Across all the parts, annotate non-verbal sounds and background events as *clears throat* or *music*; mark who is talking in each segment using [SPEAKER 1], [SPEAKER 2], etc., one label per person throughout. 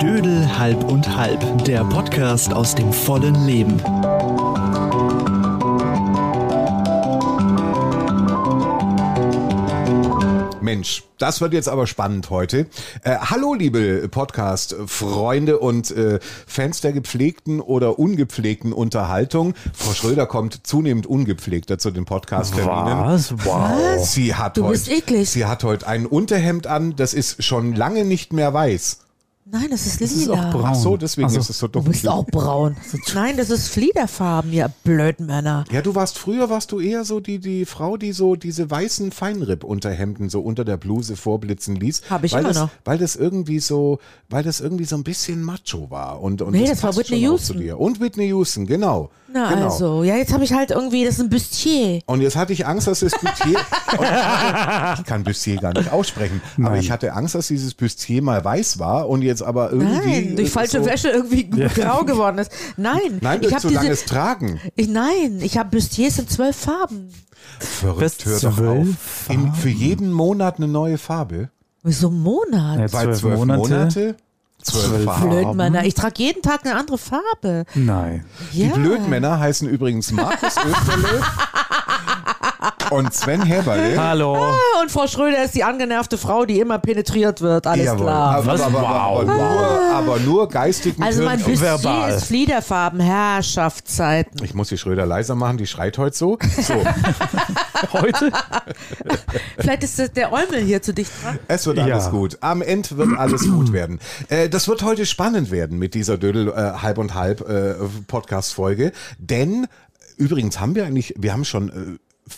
[SPEAKER 1] Dödel halb und halb, der Podcast aus dem vollen Leben.
[SPEAKER 2] Mensch, das wird jetzt aber spannend heute. Äh, hallo, liebe Podcast-Freunde und äh, Fans der gepflegten oder ungepflegten Unterhaltung. Frau Schröder kommt zunehmend ungepflegter zu den Podcast-Terminen.
[SPEAKER 3] Was? Wow.
[SPEAKER 2] Sie hat
[SPEAKER 4] Du
[SPEAKER 2] heute,
[SPEAKER 4] bist eklig.
[SPEAKER 2] Sie hat heute ein Unterhemd an, das ist schon lange nicht mehr weiß.
[SPEAKER 4] Nein, das ist
[SPEAKER 3] ist auch
[SPEAKER 4] lila.
[SPEAKER 3] braun.
[SPEAKER 2] Ach so, deswegen
[SPEAKER 3] Also,
[SPEAKER 2] ist es so
[SPEAKER 4] Du
[SPEAKER 2] dunkel.
[SPEAKER 4] bist auch
[SPEAKER 2] *laughs*
[SPEAKER 4] braun. Nein, das ist Fliederfarben, ihr blöden Männer.
[SPEAKER 2] Ja, du warst früher, warst du eher so die, die Frau, die so diese weißen Feinripp-Unterhemden so unter der Bluse vorblitzen ließ.
[SPEAKER 4] Hab ich
[SPEAKER 2] weil
[SPEAKER 4] immer
[SPEAKER 2] das,
[SPEAKER 4] noch.
[SPEAKER 2] Weil das irgendwie so, weil das irgendwie so ein bisschen macho war. Und, und
[SPEAKER 4] Nee, das war
[SPEAKER 2] passt
[SPEAKER 4] Whitney
[SPEAKER 2] schon auch zu
[SPEAKER 4] Houston.
[SPEAKER 2] dir. Und Whitney Houston, genau.
[SPEAKER 4] Na
[SPEAKER 2] genau.
[SPEAKER 4] also, ja, jetzt habe ich halt irgendwie, das ist ein Bustier.
[SPEAKER 2] Und jetzt hatte ich Angst, dass das Bustier,
[SPEAKER 4] *laughs*
[SPEAKER 2] Und ich hatte- ich kann Bustier gar nicht aussprechen, aber ich hatte Angst, dass dieses Bustier mal weiß war und jetzt aber irgendwie.
[SPEAKER 4] Nein, durch
[SPEAKER 2] ist
[SPEAKER 4] falsche
[SPEAKER 2] so,
[SPEAKER 4] Wäsche irgendwie
[SPEAKER 2] *laughs*
[SPEAKER 4] grau geworden ist. Nein,
[SPEAKER 2] Nein,
[SPEAKER 4] ich
[SPEAKER 2] durch zu
[SPEAKER 4] habe
[SPEAKER 2] langes
[SPEAKER 4] diese,
[SPEAKER 2] Tragen.
[SPEAKER 4] ich, nein, ich habe Bustiers in zwölf Farben.
[SPEAKER 2] Verrückt,
[SPEAKER 3] Bis
[SPEAKER 2] hör doch auf.
[SPEAKER 3] zwölf
[SPEAKER 2] In, für jeden Monat eine neue Farbe.
[SPEAKER 4] So ein Monat.
[SPEAKER 3] Ja,
[SPEAKER 2] Bei
[SPEAKER 3] Äh, Zwölf
[SPEAKER 2] zwölf Monate,
[SPEAKER 3] Monate,
[SPEAKER 2] zwölf
[SPEAKER 3] zwölf
[SPEAKER 2] Farben.
[SPEAKER 4] Blöden Männer. Ich trage jeden Tag eine andere Farbe.
[SPEAKER 3] Nein.
[SPEAKER 2] Die
[SPEAKER 4] ja.
[SPEAKER 2] Blödmänner heißen übrigens Markus Österle und Sven Heberle.
[SPEAKER 3] Hallo.
[SPEAKER 4] Ah, Und Frau Schröder ist die angenervte Frau, die immer penetriert wird. Alles klar.
[SPEAKER 2] Aber, aber,
[SPEAKER 3] Was?
[SPEAKER 2] aber, aber,
[SPEAKER 3] Wow.
[SPEAKER 2] nur, aber nur geistig mit
[SPEAKER 4] Also mein
[SPEAKER 2] Hirn.
[SPEAKER 4] Bustier
[SPEAKER 3] verbal.
[SPEAKER 4] ist
[SPEAKER 2] *laughs*
[SPEAKER 4] Fliederfarben, Herrschaftszeiten.
[SPEAKER 2] Ich muss die Schröder leiser machen, die schreit heute so. so
[SPEAKER 3] *laughs* Heute?
[SPEAKER 4] Vielleicht ist das der Eumel hier zu dicht dran.
[SPEAKER 2] es wird
[SPEAKER 3] Ja.
[SPEAKER 2] alles gut. Am Ende wird alles gut werden. Äh, das wird heute spannend werden mit dieser Dödel äh, halb und halb äh, Podcast-Folge. Denn übrigens haben wir eigentlich, wir haben schon. Äh,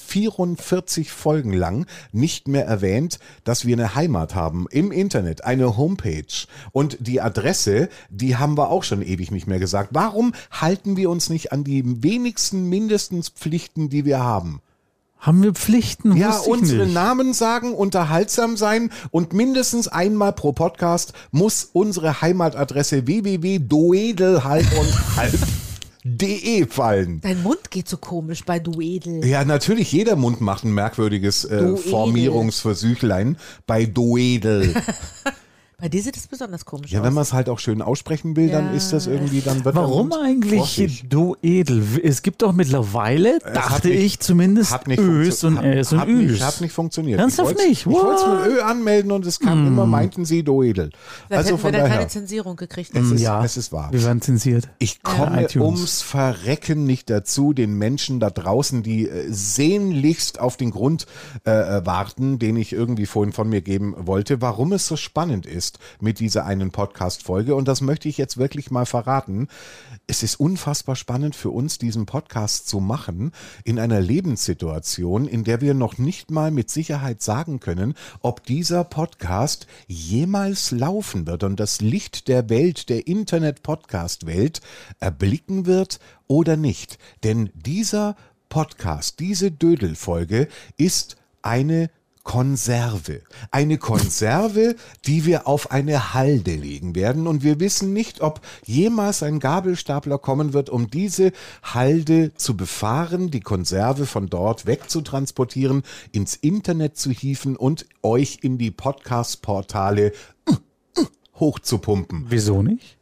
[SPEAKER 2] 44 Folgen lang nicht mehr erwähnt, dass wir eine Heimat haben im Internet, eine Homepage und die Adresse, die haben wir auch schon ewig nicht mehr gesagt. Warum halten wir uns nicht an die wenigsten mindestens Pflichten, die wir haben?
[SPEAKER 3] Haben wir Pflichten?
[SPEAKER 2] Ja,
[SPEAKER 3] Wusste ich
[SPEAKER 2] unsere
[SPEAKER 3] nicht.
[SPEAKER 2] Namen sagen, unterhaltsam sein und mindestens einmal pro Podcast muss unsere Heimatadresse www.doedelhalb und halb.de fallen.
[SPEAKER 4] Dein Mund geht so komisch bei Duedel.
[SPEAKER 2] Ja, natürlich, jeder Mund macht ein merkwürdiges äh,
[SPEAKER 4] Doedel.
[SPEAKER 2] Formierungsversuchlein bei Doedel.
[SPEAKER 4] Bei dir sieht es besonders komisch
[SPEAKER 2] Ja,
[SPEAKER 4] aus.
[SPEAKER 2] wenn man es halt auch schön aussprechen will, dann
[SPEAKER 4] Ja.
[SPEAKER 2] ist das irgendwie, dann wird der
[SPEAKER 3] Warum
[SPEAKER 2] Mund
[SPEAKER 3] eigentlich
[SPEAKER 2] flossig.
[SPEAKER 3] du edel? Es gibt doch mittlerweile, dachte
[SPEAKER 2] nicht-
[SPEAKER 3] ich zumindest,
[SPEAKER 2] Hat nicht
[SPEAKER 3] Ös
[SPEAKER 2] funktio-
[SPEAKER 3] und
[SPEAKER 2] hat-
[SPEAKER 3] Äs und
[SPEAKER 2] hat nicht-
[SPEAKER 3] Üs.
[SPEAKER 2] Hat nicht funktioniert.
[SPEAKER 3] Ernsthaft
[SPEAKER 2] ich wollt's-
[SPEAKER 3] nicht?
[SPEAKER 2] Ich wollte es
[SPEAKER 3] What? Mm.
[SPEAKER 2] mit Ö anmelden und es kam immer, meinten sie Doedel.
[SPEAKER 4] Vielleicht
[SPEAKER 2] Also
[SPEAKER 4] hätten wir
[SPEAKER 2] von
[SPEAKER 4] da
[SPEAKER 2] daher.
[SPEAKER 4] keine Zensierung gekriegt.
[SPEAKER 2] Es ist,
[SPEAKER 3] Ja,
[SPEAKER 2] es ist wahr.
[SPEAKER 3] Ah, wir werden zensiert.
[SPEAKER 2] Ich komme
[SPEAKER 3] iTunes.
[SPEAKER 2] ums Verrecken nicht dazu, den Menschen da draußen, die äh, sehnlichst auf den Grund äh, äh, warten, den ich irgendwie vorhin von mir geben wollte, warum es so spannend ist mit dieser einen Podcast-Folge. Und das möchte ich jetzt wirklich mal verraten. Es ist unfassbar spannend für uns, diesen Podcast zu machen in einer Lebenssituation, in der wir noch nicht mal mit Sicherheit sagen können, ob dieser Podcast jemals laufen wird und das Licht der Welt, der Internet-Podcast-Welt erblicken wird oder nicht. Denn dieser Podcast, diese Dödelfolge ist eine Konserve. Eine Konserve, die wir auf eine Halde legen werden. Und wir wissen nicht, ob jemals ein Gabelstapler kommen wird, um diese Halde zu befahren, die Konserve von dort wegzutransportieren, ins Internet zu hieven und euch in die Podcast-Portale hochzupumpen
[SPEAKER 3] Wieso nicht?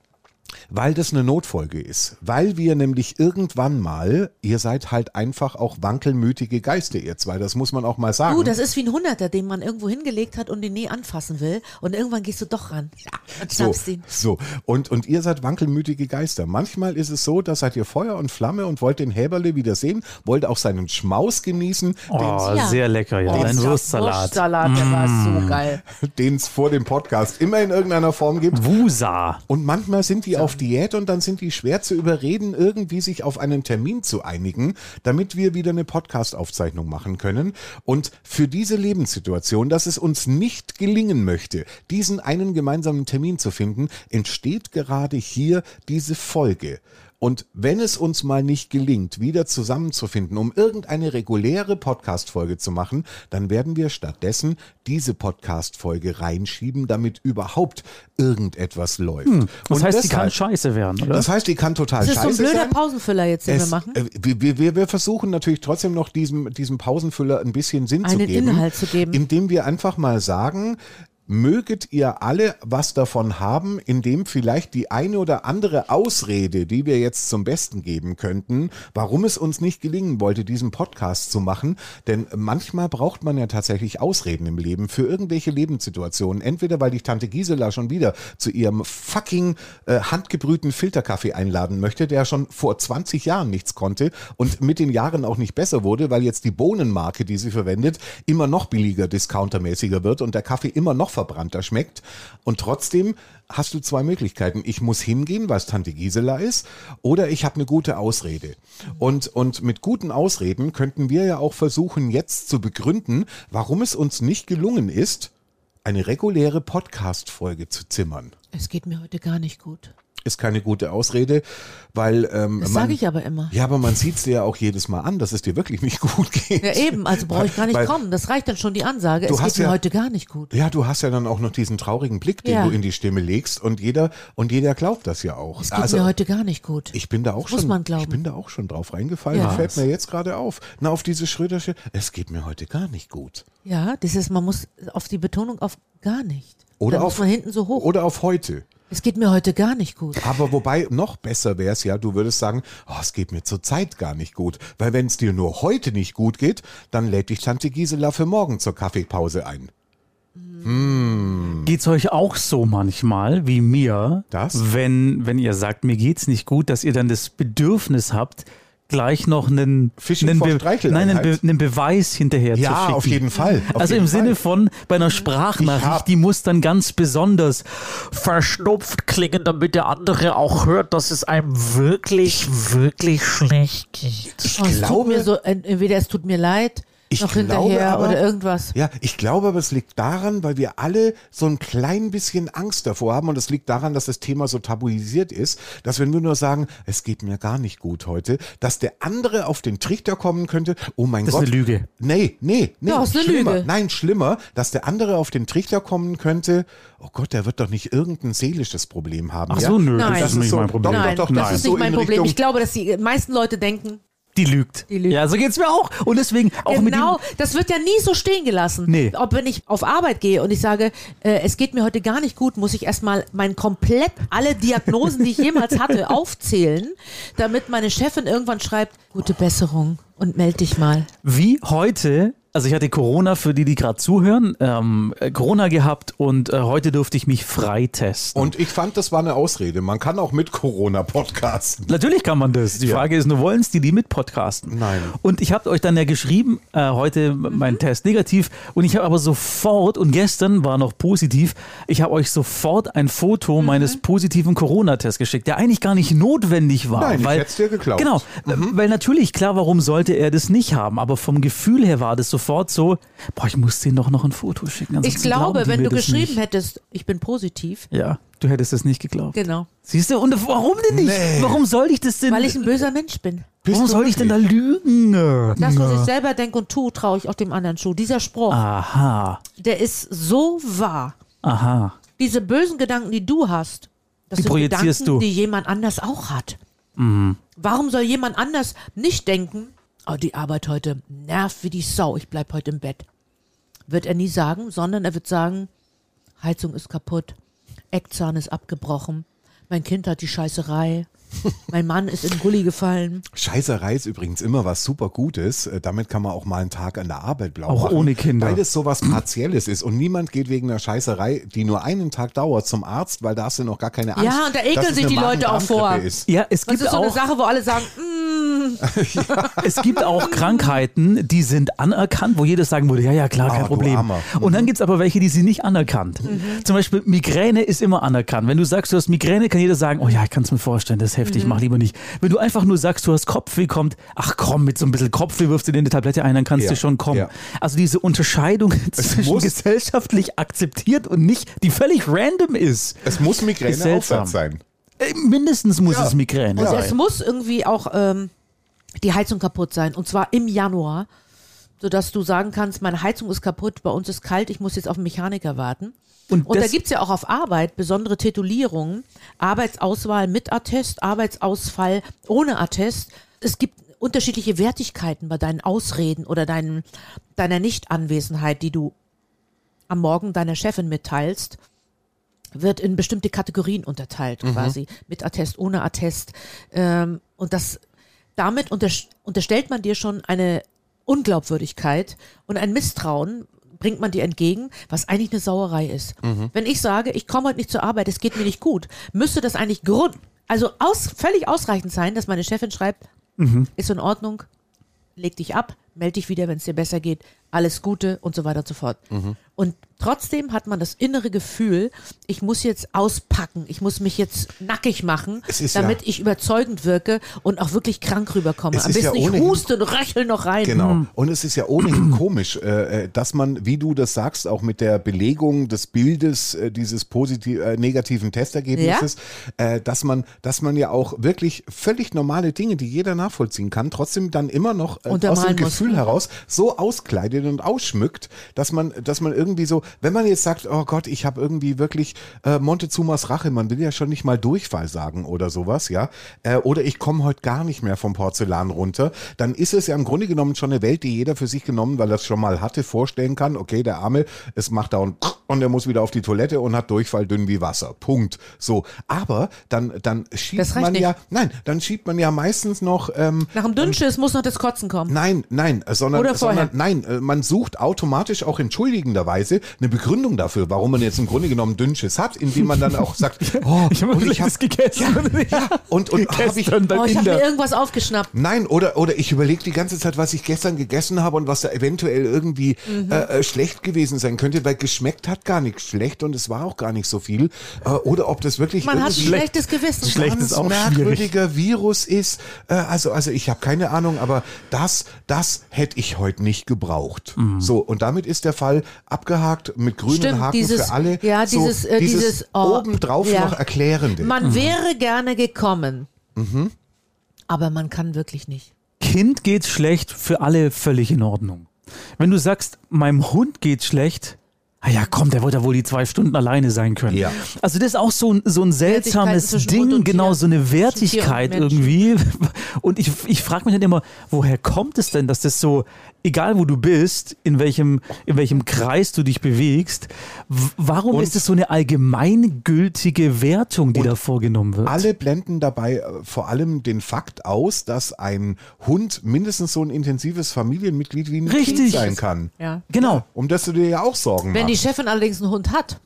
[SPEAKER 2] weil das eine Notfolge ist. Weil wir nämlich irgendwann mal, ihr seid halt einfach auch wankelmütige Geister, ihr zwei, das muss man auch mal sagen.
[SPEAKER 4] Du, Uh, das ist wie ein Hunderter, den man irgendwo hingelegt hat und den nie anfassen will. Und irgendwann gehst du doch ran. Ja, und
[SPEAKER 2] so,
[SPEAKER 4] schnappst ihn.
[SPEAKER 2] so. Und, und ihr seid wankelmütige Geister. Manchmal ist es so, da seid ihr Feuer und Flamme und wollt den Häberle wieder sehen, wollt auch seinen Schmaus genießen,
[SPEAKER 3] Oh,
[SPEAKER 4] Ja.
[SPEAKER 3] sehr lecker, ja. Ein
[SPEAKER 4] Oh, Dieser
[SPEAKER 3] Wurstsalat.
[SPEAKER 4] Wurstsalat, der war so geil.
[SPEAKER 2] den es vor dem Podcast immer in irgendeiner Form gibt.
[SPEAKER 3] Wusa.
[SPEAKER 2] Und manchmal sind die auf Diät und dann sind die schwer zu überreden, irgendwie sich auf einen Termin zu einigen, damit wir wieder eine Podcast-Aufzeichnung machen können. Und für diese Lebenssituation, dass es uns nicht gelingen möchte, diesen einen gemeinsamen Termin zu finden, entsteht gerade hier diese Folge. Und wenn es uns mal nicht gelingt, wieder zusammenzufinden, um irgendeine reguläre Podcast-Folge zu machen, dann werden wir stattdessen diese Podcast-Folge reinschieben, damit überhaupt irgendetwas läuft.
[SPEAKER 3] Hm, Das
[SPEAKER 2] Und
[SPEAKER 3] heißt, die
[SPEAKER 2] deshalb-
[SPEAKER 3] kann scheiße werden, oder?
[SPEAKER 2] das heißt, die kann total
[SPEAKER 4] Das ist so
[SPEAKER 2] scheiße
[SPEAKER 4] ein blöder
[SPEAKER 2] sein.
[SPEAKER 4] Pausenfüller jetzt, den wir
[SPEAKER 2] Es-
[SPEAKER 4] machen.
[SPEAKER 2] äh, wir, wir, wir versuchen natürlich trotzdem noch diesem, diesem Pausenfüller ein bisschen Sinn zu
[SPEAKER 4] Einen
[SPEAKER 2] geben.
[SPEAKER 4] Inhalt zu geben.
[SPEAKER 2] Indem wir einfach mal sagen, möget ihr alle was davon haben, indem vielleicht die eine oder andere Ausrede, die wir jetzt zum Besten geben könnten, warum es uns nicht gelingen wollte, diesen Podcast zu machen. Denn manchmal braucht man ja tatsächlich Ausreden im Leben für irgendwelche Lebenssituationen. Entweder weil dich Tante Gisela schon wieder zu ihrem fucking äh, handgebrühten Filterkaffee einladen möchte, der schon vor 20 Jahren nichts konnte und mit den Jahren auch nicht besser wurde, weil jetzt die Bohnenmarke, die sie verwendet, immer noch billiger, discountermäßiger wird und der Kaffee immer noch verbrannter schmeckt. Und trotzdem hast du zwei Möglichkeiten. Ich muss hingehen, weil es Tante Gisela ist, oder ich habe eine gute Ausrede. Und, und mit guten Ausreden könnten wir ja auch versuchen, jetzt zu begründen, warum es uns nicht gelungen ist, eine reguläre Podcast-Folge zu zimmern.
[SPEAKER 4] Es geht mir heute gar nicht gut.
[SPEAKER 2] Ist keine gute Ausrede, weil ähm,
[SPEAKER 4] Das
[SPEAKER 2] man-
[SPEAKER 4] sage ich aber immer.
[SPEAKER 2] ja, aber man sieht es dir ja auch jedes Mal an, dass es dir wirklich nicht gut geht.
[SPEAKER 4] Ja, eben, also brauche ich gar nicht
[SPEAKER 2] Weil-
[SPEAKER 4] kommen. Das reicht dann schon die Ansage.
[SPEAKER 2] Du
[SPEAKER 4] es
[SPEAKER 2] hast
[SPEAKER 4] geht mir
[SPEAKER 2] ja-
[SPEAKER 4] heute gar nicht gut.
[SPEAKER 2] Ja, du hast ja dann auch noch diesen traurigen Blick, den
[SPEAKER 4] Ja.
[SPEAKER 2] du in die Stimme legst und jeder und jeder glaubt das ja auch.
[SPEAKER 4] Es geht mir
[SPEAKER 2] Also
[SPEAKER 4] heute gar nicht gut.
[SPEAKER 2] ich bin da auch
[SPEAKER 4] Das muss
[SPEAKER 2] schon
[SPEAKER 4] man glauben.
[SPEAKER 2] ich bin da auch schon drauf reingefallen.
[SPEAKER 4] Ja.
[SPEAKER 2] Fällt mir jetzt gerade auf. Na auf diese Schrödersche, es geht mir heute gar nicht gut.
[SPEAKER 4] ja, das ist, man muss auf die Betonung auf gar nicht.
[SPEAKER 2] Oder
[SPEAKER 4] Dann
[SPEAKER 2] auf-
[SPEAKER 4] muss man hinten so hoch.
[SPEAKER 2] Oder auf heute.
[SPEAKER 4] es geht mir heute gar nicht gut.
[SPEAKER 2] Aber wobei noch besser wäre es ja, du würdest sagen, oh, es geht mir zurzeit gar nicht gut, weil wenn es dir nur heute nicht gut geht, dann lädt dich Tante Gisela für morgen zur Kaffeepause ein.
[SPEAKER 3] Geht's euch auch so manchmal wie mir,
[SPEAKER 2] Das?
[SPEAKER 3] wenn wenn ihr sagt, mir geht's nicht gut, dass ihr dann das Bedürfnis habt, gleich noch einen
[SPEAKER 2] Fishing
[SPEAKER 3] einen
[SPEAKER 2] for
[SPEAKER 3] nein, einen, Be
[SPEAKER 2] Streicheleinheit?
[SPEAKER 3] einen Beweis hinterher zu
[SPEAKER 2] Ja,
[SPEAKER 3] schicken.
[SPEAKER 2] auf jeden Fall. Auf
[SPEAKER 3] also
[SPEAKER 2] jeden
[SPEAKER 3] im Sinne
[SPEAKER 2] Fall.
[SPEAKER 3] von bei einer
[SPEAKER 2] Ich hab-
[SPEAKER 3] Sprachnachricht, die muss dann ganz besonders verstopft klingen, damit der andere auch hört, dass es einem wirklich, wirklich schlecht geht.
[SPEAKER 4] Oh, es tut
[SPEAKER 2] glaube-
[SPEAKER 4] mir so, ent- entweder es tut mir leid,
[SPEAKER 2] Ich
[SPEAKER 4] noch
[SPEAKER 2] glaube
[SPEAKER 4] hinterher
[SPEAKER 2] aber-
[SPEAKER 4] oder irgendwas.
[SPEAKER 2] Ja, ich glaube aber, es liegt daran, weil wir alle so ein klein bisschen Angst davor haben und es liegt daran, dass das Thema so tabuisiert ist, dass wenn wir nur sagen, es geht mir gar nicht gut heute, dass der andere auf den Trichter kommen könnte, oh mein
[SPEAKER 3] Das ist
[SPEAKER 2] Gott.
[SPEAKER 3] eine Lüge.
[SPEAKER 2] Nee, nee, nee.
[SPEAKER 4] Ja, ist eine
[SPEAKER 2] schlimmer.
[SPEAKER 4] Lüge.
[SPEAKER 2] Nein, schlimmer, dass der andere auf den Trichter kommen könnte, oh Gott, der wird doch nicht irgendein seelisches Problem haben.
[SPEAKER 3] Ach
[SPEAKER 2] ja?
[SPEAKER 3] so, nö,
[SPEAKER 4] Nein.
[SPEAKER 3] das
[SPEAKER 4] Das
[SPEAKER 3] ist
[SPEAKER 4] ist
[SPEAKER 3] nicht
[SPEAKER 2] so-
[SPEAKER 3] mein Problem.
[SPEAKER 4] Nein,
[SPEAKER 2] doch, doch,
[SPEAKER 4] das
[SPEAKER 2] nein.
[SPEAKER 4] ist
[SPEAKER 2] So
[SPEAKER 4] nicht
[SPEAKER 2] in
[SPEAKER 4] mein Problem.
[SPEAKER 2] Richtung-
[SPEAKER 4] Ich glaube, dass die meisten Leute denken,
[SPEAKER 3] Die lügt.
[SPEAKER 4] Die lügt.
[SPEAKER 3] Ja, so geht's mir auch. Und deswegen auch mit dem,
[SPEAKER 4] genau, das wird ja nie so stehen gelassen.
[SPEAKER 3] Nee.
[SPEAKER 4] Ob wenn ich auf Arbeit gehe und ich sage, äh, es geht mir heute gar nicht gut, muss ich erstmal mein komplett alle Diagnosen, die ich jemals hatte,
[SPEAKER 2] *laughs*
[SPEAKER 4] aufzählen, damit meine Chefin irgendwann schreibt, gute Besserung und melde dich mal.
[SPEAKER 3] wie heute. Also ich hatte Corona für die, die gerade zuhören, ähm, äh, Corona gehabt und äh, heute durfte ich mich frei testen.
[SPEAKER 2] Und ich fand, das war eine Ausrede. Man kann auch mit Corona podcasten.
[SPEAKER 3] Natürlich kann man das. Die Frage ist nur, wollen es die, die mit podcasten?
[SPEAKER 2] Nein.
[SPEAKER 3] Und ich habe euch dann ja geschrieben, äh, heute
[SPEAKER 4] Mhm.
[SPEAKER 3] mein Test negativ. Und ich habe aber sofort, und gestern war noch positiv, ich habe euch sofort ein
[SPEAKER 4] Mhm.
[SPEAKER 3] Foto meines positiven Corona-Tests geschickt, der eigentlich gar nicht notwendig war.
[SPEAKER 2] Nein, ich
[SPEAKER 3] weil,
[SPEAKER 2] hätt's dir geglaubt. Mhm.
[SPEAKER 3] Genau, weil natürlich, klar, warum sollte er das nicht haben? Aber vom Gefühl her war das sofort so, boah, ich muss denen doch noch ein Foto schicken.
[SPEAKER 2] Also
[SPEAKER 4] Ich
[SPEAKER 3] ansonsten glauben
[SPEAKER 4] glaube,
[SPEAKER 3] die
[SPEAKER 4] wenn
[SPEAKER 3] mir
[SPEAKER 4] du
[SPEAKER 3] das
[SPEAKER 4] geschrieben
[SPEAKER 3] nicht.
[SPEAKER 4] hättest, ich bin positiv,
[SPEAKER 3] Ja, du hättest es nicht geglaubt.
[SPEAKER 4] genau,
[SPEAKER 3] Siehst du, und warum denn nicht?
[SPEAKER 2] Nee.
[SPEAKER 3] Warum soll ich das denn?
[SPEAKER 4] weil ich ein böser Mensch bin.
[SPEAKER 3] Warum
[SPEAKER 2] du
[SPEAKER 3] soll ich denn da lügen?
[SPEAKER 4] Das, was ich selber denke und tue, traue ich auch dem anderen zu. Dieser Spruch,
[SPEAKER 3] Ah. Aha,
[SPEAKER 4] der ist so wahr.
[SPEAKER 3] aha.
[SPEAKER 4] diese bösen Gedanken, die du hast, das
[SPEAKER 3] Die
[SPEAKER 4] sind
[SPEAKER 3] projizierst
[SPEAKER 4] Gedanken,
[SPEAKER 3] du. Mhm.
[SPEAKER 4] die jemand anders auch hat. Warum soll jemand anders nicht denken, oh, die Arbeit heute nervt wie die Sau, ich bleib heute im Bett? Wird er nie sagen, sondern er wird sagen, Heizung ist kaputt, Eckzahn ist abgebrochen, mein Kind hat die
[SPEAKER 3] *laughs*
[SPEAKER 4] Scheißerei, mein Mann ist in den Gully gefallen.
[SPEAKER 2] Scheißerei ist übrigens immer was super Gutes. Äh, Damit kann man auch mal einen Tag an der Arbeit blau
[SPEAKER 3] Auch
[SPEAKER 2] machen.
[SPEAKER 3] ohne Kinder.
[SPEAKER 2] Weil es sowas Partielles ist. Und niemand geht wegen einer Scheißerei, die nur einen Tag dauert, zum Arzt, weil da hast du noch gar keine Angst.
[SPEAKER 4] Ja, und da ekeln
[SPEAKER 2] dass es
[SPEAKER 4] sich
[SPEAKER 2] eine
[SPEAKER 4] die Leute auch vor.
[SPEAKER 2] Magen-Darm-Grippe Ist.
[SPEAKER 3] Ja, es
[SPEAKER 4] Das
[SPEAKER 3] gibt,
[SPEAKER 4] ist so eine
[SPEAKER 3] auch,
[SPEAKER 4] Sache, wo alle sagen,
[SPEAKER 3] es gibt auch Krankheiten, die sind anerkannt, wo jeder sagen würde, ja, ja, klar, kein
[SPEAKER 2] Ah, du
[SPEAKER 3] Problem.
[SPEAKER 2] Armer.
[SPEAKER 3] Und dann gibt's aber welche, die sind nicht anerkannt.
[SPEAKER 4] Mhm.
[SPEAKER 3] Zum Beispiel Migräne ist immer anerkannt. Wenn du sagst, du hast Migräne, kann jeder sagen, oh ja, ich kann's mir vorstellen, das ist
[SPEAKER 4] Mhm.
[SPEAKER 3] heftig, mach lieber nicht. Wenn du einfach nur sagst, du hast Kopfweh, kommt, ach komm, mit so ein bisschen Kopfweh wirfst du dir eine Tablette ein, dann kannst
[SPEAKER 2] Ja,
[SPEAKER 3] du schon kommen.
[SPEAKER 2] ja.
[SPEAKER 3] Also diese Unterscheidung zwischen
[SPEAKER 2] muss-
[SPEAKER 3] gesellschaftlich akzeptiert und nicht, die völlig random ist.
[SPEAKER 2] Es muss
[SPEAKER 3] Ist seltsam.
[SPEAKER 2] Migräneaufsatz sein.
[SPEAKER 3] Äh, Mindestens muss
[SPEAKER 2] Ja.
[SPEAKER 3] es Migräne
[SPEAKER 2] Also
[SPEAKER 4] Also
[SPEAKER 3] sein.
[SPEAKER 4] es muss irgendwie auch ähm, die Heizung kaputt sein. Und zwar im Januar. Sodass du sagen kannst, meine Heizung ist kaputt, bei uns ist kalt, ich muss jetzt auf den Mechaniker warten.
[SPEAKER 3] Und
[SPEAKER 4] Und da
[SPEAKER 3] das-
[SPEAKER 4] gibt es ja auch auf Arbeit besondere Titulierungen, Arbeitsauswahl mit Attest, Arbeitsausfall ohne Attest. Es gibt unterschiedliche Wertigkeiten bei deinen Ausreden oder deinen, deiner Nichtanwesenheit, die du am Morgen deiner Chefin mitteilst, wird in bestimmte Kategorien unterteilt quasi, mit Attest, ohne Attest. Ähm, und das, damit unters- unterstellt man dir schon eine Unglaubwürdigkeit und ein Misstrauen bringt man dir entgegen, was eigentlich eine Sauerei ist. Wenn ich sage, ich komme heute nicht zur Arbeit, es geht mir nicht gut, müsste das eigentlich Grund, also aus, völlig ausreichend sein, dass meine Chefin schreibt, ist in Ordnung, leg dich ab, melde dich wieder, wenn es dir besser geht, alles Gute und so weiter und so fort.
[SPEAKER 2] Mhm.
[SPEAKER 4] Und trotzdem hat man das innere Gefühl, ich muss jetzt auspacken, ich muss mich jetzt nackig machen,
[SPEAKER 2] Es ist
[SPEAKER 4] damit
[SPEAKER 2] ja-
[SPEAKER 4] ich überzeugend wirke und auch wirklich krank rüberkomme.
[SPEAKER 2] Es
[SPEAKER 4] Am
[SPEAKER 2] ist ja
[SPEAKER 4] besten ich
[SPEAKER 2] ohnehin-
[SPEAKER 4] huste und röchel noch rein.
[SPEAKER 2] Genau. Und es ist ja
[SPEAKER 4] *clears throat*
[SPEAKER 2] ohnehin komisch, äh, äh, dass man, wie du das sagst, auch mit der Belegung des Bildes äh, dieses positiv, äh, negativen Testergebnisses, äh, dass man, dass man ja auch wirklich völlig normale Dinge, die jeder nachvollziehen kann, trotzdem dann immer noch äh, aus dem
[SPEAKER 4] Untermalen muss.
[SPEAKER 2] Gefühl heraus so auskleidet und ausschmückt, dass man, dass man irgendwie so, wenn man jetzt sagt, oh Gott, ich habe irgendwie wirklich äh, Montezumas Rache, man will ja schon nicht mal Durchfall sagen oder sowas, ja, äh, oder ich komme heute gar nicht mehr vom Porzellan runter, dann ist es ja im Grunde genommen schon eine Welt, die jeder für sich genommen, weil er es schon mal hatte, vorstellen kann, okay, der Arme, es macht da und und er muss wieder auf die Toilette und hat Durchfall dünn wie Wasser. Punkt. So. Aber dann, dann schiebt
[SPEAKER 4] Das reicht
[SPEAKER 2] man
[SPEAKER 4] nicht.
[SPEAKER 2] ja, nein, dann schiebt man ja meistens noch, ähm,
[SPEAKER 4] Nach dem Dünnschiss muss noch das Kotzen kommen.
[SPEAKER 2] Nein, nein, äh, sondern,
[SPEAKER 4] Oder vorher.
[SPEAKER 2] sondern nein, äh, man sucht automatisch auch entschuldigenderweise eine Begründung dafür, warum man jetzt im Grunde genommen Dünnschiss hat, indem man dann auch
[SPEAKER 4] *laughs*
[SPEAKER 2] sagt, oh,
[SPEAKER 3] Ich habe
[SPEAKER 2] und
[SPEAKER 3] ich hab, gegessen. *laughs* Ja,
[SPEAKER 2] und, und hab ich,
[SPEAKER 3] gestern
[SPEAKER 4] Oh,
[SPEAKER 3] beim
[SPEAKER 4] ich habe mir
[SPEAKER 3] Inder.
[SPEAKER 4] irgendwas aufgeschnappt.
[SPEAKER 2] Nein, oder, oder ich überlege die ganze Zeit, was ich gestern gegessen habe und was da eventuell irgendwie
[SPEAKER 4] Mhm.
[SPEAKER 2] äh, äh, schlecht gewesen sein könnte, weil geschmeckt hat gar nichts schlecht und es war auch gar nicht so viel. Äh, oder ob das wirklich
[SPEAKER 4] Man hat ein
[SPEAKER 2] irgendwie
[SPEAKER 4] schlechtes Gewissen.
[SPEAKER 3] Schlecht
[SPEAKER 2] ganz
[SPEAKER 3] ist auch schwierig.
[SPEAKER 2] merkwürdiger Virus ist. Äh, also, also ich habe keine Ahnung, aber das, das hätte ich heute nicht gebraucht.
[SPEAKER 3] Mhm.
[SPEAKER 2] So, und damit ist der Fall abgehakt mit grünen
[SPEAKER 4] Stimmt,
[SPEAKER 2] Haken
[SPEAKER 4] dieses,
[SPEAKER 2] für alle.
[SPEAKER 4] ja,
[SPEAKER 2] so,
[SPEAKER 4] dieses, äh, dieses, oh,
[SPEAKER 2] obendrauf
[SPEAKER 4] ja.
[SPEAKER 2] noch Erklärende.
[SPEAKER 4] Man wäre gerne gekommen,
[SPEAKER 2] Mhm.
[SPEAKER 4] aber man kann wirklich nicht.
[SPEAKER 3] Kind geht's schlecht, für alle völlig in Ordnung. Wenn du sagst, meinem Hund geht's schlecht, ah ja, komm, der wird ja wohl die zwei Stunden alleine sein können.
[SPEAKER 2] Ja.
[SPEAKER 3] Also das ist auch so ein, so ein seltsames
[SPEAKER 4] zwischen Hund
[SPEAKER 3] Ding,
[SPEAKER 4] und
[SPEAKER 3] genau
[SPEAKER 4] Tier.
[SPEAKER 3] so eine Wertigkeit
[SPEAKER 4] Zwischen Tier und
[SPEAKER 3] irgendwie. *laughs* Und ich, ich frage mich dann immer, woher kommt es denn, dass das so, egal wo du bist, in welchem, in welchem Kreis du dich bewegst, w- warum
[SPEAKER 2] Und-
[SPEAKER 3] ist es so eine allgemeingültige Wertung, die da vorgenommen wird?
[SPEAKER 2] Alle blenden dabei äh, vor allem den Fakt aus, dass ein Hund mindestens so ein intensives Familienmitglied wie ein Kind
[SPEAKER 3] Richtig.
[SPEAKER 2] sein kann.
[SPEAKER 4] Ja.
[SPEAKER 3] genau.
[SPEAKER 2] Um das du dir ja auch Sorgen
[SPEAKER 4] Wenn die
[SPEAKER 2] machst.
[SPEAKER 4] Chefin allerdings einen Hund hat,